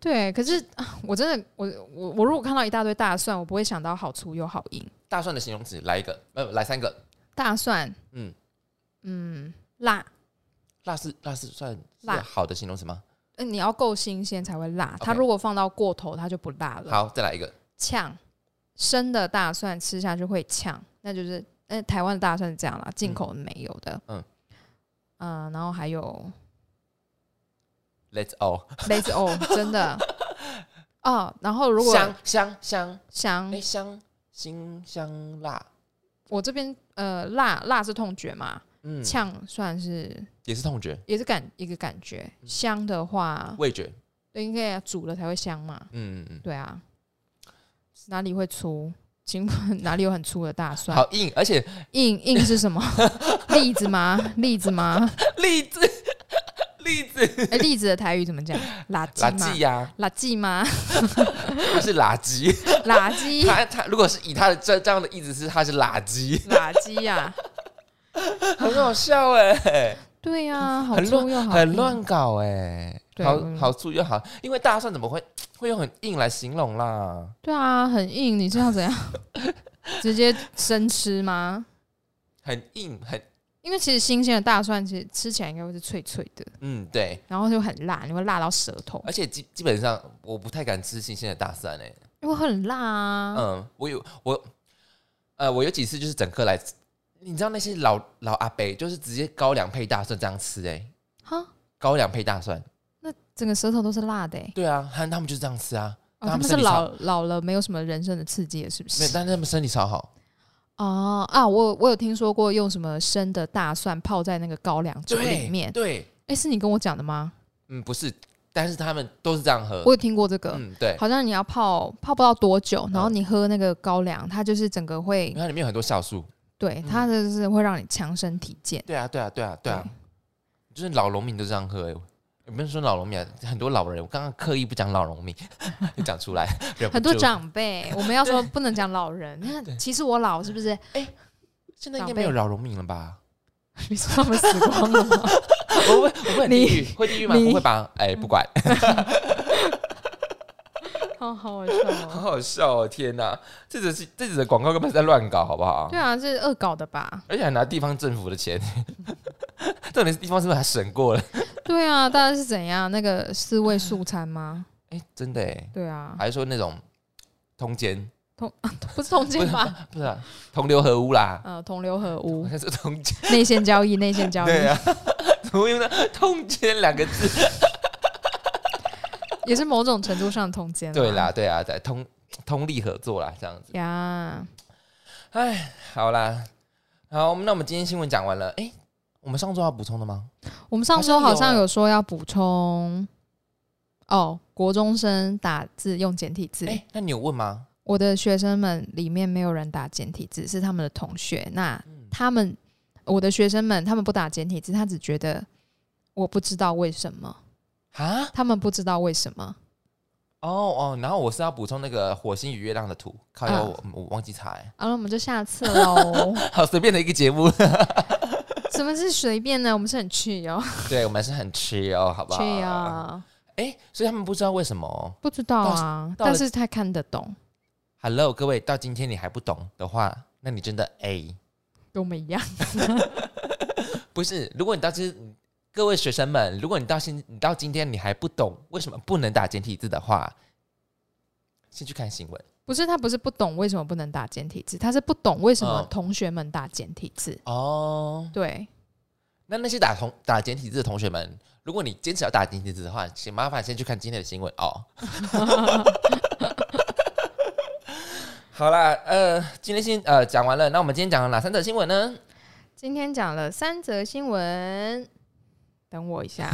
[SPEAKER 2] 对，可是啊我真的，我我我如果看到一大堆大蒜，我不会想到好粗又好硬。
[SPEAKER 1] 大蒜的形容词来一个，呃，来三个，
[SPEAKER 2] 大蒜，
[SPEAKER 1] 嗯
[SPEAKER 2] 嗯嗯，辣，
[SPEAKER 1] 辣是辣是算是
[SPEAKER 2] 辣
[SPEAKER 1] 好的形容词吗？
[SPEAKER 2] 呃你要够新鲜才会辣。它
[SPEAKER 1] OK
[SPEAKER 2] 如果放到过头，它就不辣了。
[SPEAKER 1] 好，再来一个，
[SPEAKER 2] 呛，生的大蒜吃下去会呛，那就是呃台湾的大蒜是这样啦，进口的没有的。
[SPEAKER 1] 嗯
[SPEAKER 2] 嗯，呃，然后还有
[SPEAKER 1] Let's all，
[SPEAKER 2] l a z o 真的哦，然后如果
[SPEAKER 1] 香香香，
[SPEAKER 2] 香
[SPEAKER 1] 哎香辛香辣，
[SPEAKER 2] 我这边呃辣辣是痛觉嘛，
[SPEAKER 1] 嗯，
[SPEAKER 2] 呛、算是
[SPEAKER 1] 也是痛觉、
[SPEAKER 2] 也是感一个感觉，香的话
[SPEAKER 1] 嗯味觉，
[SPEAKER 2] 应该要煮了才会香嘛，
[SPEAKER 1] 嗯嗯
[SPEAKER 2] 对啊，哪里会粗？请问哪里有很粗的大
[SPEAKER 1] 嗯，
[SPEAKER 2] 蒜？
[SPEAKER 1] 好硬，而且
[SPEAKER 2] 硬硬是什么？ 栗子吗？栗子吗？
[SPEAKER 1] 栗 子栗 子
[SPEAKER 2] 哎，栗子的台语怎么讲？垃圾
[SPEAKER 1] 垃
[SPEAKER 2] 吗？
[SPEAKER 1] 圾呀、
[SPEAKER 2] 垃圾吗？
[SPEAKER 1] 不是垃圾。
[SPEAKER 2] 垃 圾，
[SPEAKER 1] 他他如果是以他的这这样的意思是他是垃 圾，
[SPEAKER 2] 垃圾啊呀、
[SPEAKER 1] 很好笑哎、
[SPEAKER 2] 对呀、好
[SPEAKER 1] 很
[SPEAKER 2] 粗又
[SPEAKER 1] 乱
[SPEAKER 2] 好
[SPEAKER 1] 很
[SPEAKER 2] 硬
[SPEAKER 1] 乱搞哎、
[SPEAKER 2] 对
[SPEAKER 1] 好
[SPEAKER 2] 嗯
[SPEAKER 1] 好粗又好，因为大蒜怎么会会用很硬来形容啦？
[SPEAKER 2] 对啊，很硬。你是要怎样？ 直接生吃吗？
[SPEAKER 1] 很硬很
[SPEAKER 2] 因为其实新鲜的大蒜，其实吃起来应该会是脆脆的，
[SPEAKER 1] 嗯对，
[SPEAKER 2] 然后就很辣，你会辣到舌头，
[SPEAKER 1] 而且基基本上我不太敢吃新鲜的大蒜哎、
[SPEAKER 2] 因为很辣啊。
[SPEAKER 1] 嗯，我有我呃我有几次就是整颗来，你知道那些老老阿伯就是直接高粱配大蒜这样吃哎、
[SPEAKER 2] 哈，
[SPEAKER 1] 高粱配大蒜，
[SPEAKER 2] 那整个舌头都是辣的、欸。
[SPEAKER 1] 对啊，他他们就是这样吃啊，那
[SPEAKER 2] 哦，他
[SPEAKER 1] 他们
[SPEAKER 2] 们
[SPEAKER 1] 身体
[SPEAKER 2] 是老老了，没有什么人生的刺激了，是不
[SPEAKER 1] 没有，
[SPEAKER 2] 是？
[SPEAKER 1] 但是他们身体超好，
[SPEAKER 2] 哦啊，我我有听说过用什么生的大蒜泡在那个高粱酒里
[SPEAKER 1] 对
[SPEAKER 2] 面，
[SPEAKER 1] 对。
[SPEAKER 2] 哎，是你跟我讲的吗？
[SPEAKER 1] 嗯，不是，但是他们都是这样喝。
[SPEAKER 2] 我有听过这个，
[SPEAKER 1] 嗯，对，
[SPEAKER 2] 好像你要泡泡不到多久，然后
[SPEAKER 1] 嗯
[SPEAKER 2] 你喝那个高粱，它就是整个会
[SPEAKER 1] 因为，它里面有很多酵素。
[SPEAKER 2] 对，
[SPEAKER 1] 嗯
[SPEAKER 2] 它就是会让你强身体健。
[SPEAKER 1] 对啊，对啊，对啊，对啊，就是老农民都这样喝、欸。也不是说老农民、啊，很多老人，我刚刚刻意不讲老农民， 就讲出来，忍不
[SPEAKER 2] 很多
[SPEAKER 1] 住。
[SPEAKER 2] 长辈，我 们要说不能讲老人，那其实我老是不是？
[SPEAKER 1] 现在应该没有老农民了吧？
[SPEAKER 2] 你说他们死光了吗？
[SPEAKER 1] 我会，我会很地狱，会地狱吗？
[SPEAKER 2] 你
[SPEAKER 1] 不会吧？哎、不管，
[SPEAKER 2] 好好好笑
[SPEAKER 1] 好
[SPEAKER 2] 哦。
[SPEAKER 1] 好笑哦！天哪，这只是这只的广告根本是在乱搞，好不好？
[SPEAKER 2] 对啊，是恶搞的吧？
[SPEAKER 1] 而且还拿地方政府的钱， 重点是地方是不是还审过了？
[SPEAKER 2] 对啊，大概是怎样？那个四位素餐吗？
[SPEAKER 1] 哎、真的哎，
[SPEAKER 2] 对啊，
[SPEAKER 1] 还是说那种通奸，
[SPEAKER 2] 不是通奸吧？
[SPEAKER 1] 不是、啊、同流合污啦？
[SPEAKER 2] 呃，同流合污
[SPEAKER 1] 好，像是同奸。
[SPEAKER 2] 内线交易，内线交易。
[SPEAKER 1] 对啊， 怎么用到“通奸”两个 字？
[SPEAKER 2] 也是某种程度上的通奸。
[SPEAKER 1] 对啦，对啊，在通通力合作啦，这样子。
[SPEAKER 2] 呀，
[SPEAKER 1] 哎，好啦，好，那我们今天新闻讲完了。哎、我们上周要补充的吗？
[SPEAKER 2] 我们上周好像有说要补充哦，国中生打字用简体字。
[SPEAKER 1] 哎、那你有问吗？
[SPEAKER 2] 我的学生们里面没有人打简体字，是他们的同学。那
[SPEAKER 1] 嗯，
[SPEAKER 2] 他们，我的学生们，他们不打简体字，他只觉得我不知道为什么，
[SPEAKER 1] 啊，
[SPEAKER 2] 他们不知道为什么。
[SPEAKER 1] 哦哦，然后我是要补充那个火星与月亮的图，靠腰
[SPEAKER 2] 啊
[SPEAKER 1] 我、我忘记查、哎，
[SPEAKER 2] 好了，啊我们就下次 喽。
[SPEAKER 1] 好随便的一个节 目，
[SPEAKER 2] 什么是随便呢？我们是很去哦，
[SPEAKER 1] 对我们是很吃哦，好不 好？
[SPEAKER 2] 去哦，
[SPEAKER 1] 哎、所以他们不知道为什么。
[SPEAKER 2] 不知道啊，
[SPEAKER 1] 到了
[SPEAKER 2] 但是他看得懂，
[SPEAKER 1] Hello，各位，到今天你还不懂的话，那你真的 A
[SPEAKER 2] 跟我们一样。
[SPEAKER 1] 不是？如果你到今各位学生们，如果你到现你到今天你还不懂为什么不能打简体字的话，先去看新闻
[SPEAKER 2] 不是他不是不懂为什么不能打简体字，他是不懂为什么
[SPEAKER 1] 嗯
[SPEAKER 2] 同学们打简体字。
[SPEAKER 1] 哦。
[SPEAKER 2] 对，
[SPEAKER 1] 那那些打同打简体字的同学们，如果你坚持要打简体字的话，请麻烦先去看今天的新闻哦。好啦，呃，今天新呃讲完了，那我们今天讲了哪三则新闻呢？
[SPEAKER 2] 今天讲了三则新闻，等我一 下，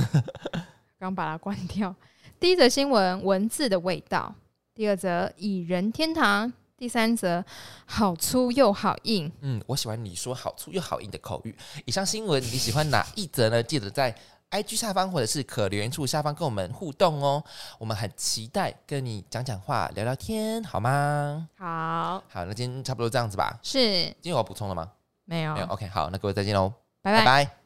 [SPEAKER 2] 刚把它关掉。第一则新闻：文字的味道；第二则：蚁人天堂；第三则：好粗又好硬。
[SPEAKER 1] 嗯，我喜欢你说好粗又好硬的口语。以上新闻你喜欢哪一则呢？记得在 IG 下方或者是可留言处下方跟我们互动哦。我们很期待跟你讲讲话、聊聊天，好吗？
[SPEAKER 2] 好，
[SPEAKER 1] 好，那今天差不多这样子吧。
[SPEAKER 2] 是
[SPEAKER 1] 今天有要补充了吗？
[SPEAKER 2] 没有，
[SPEAKER 1] 没有。OK，好，那各位再见喽，
[SPEAKER 2] 拜
[SPEAKER 1] 拜
[SPEAKER 2] 拜。
[SPEAKER 1] 拜。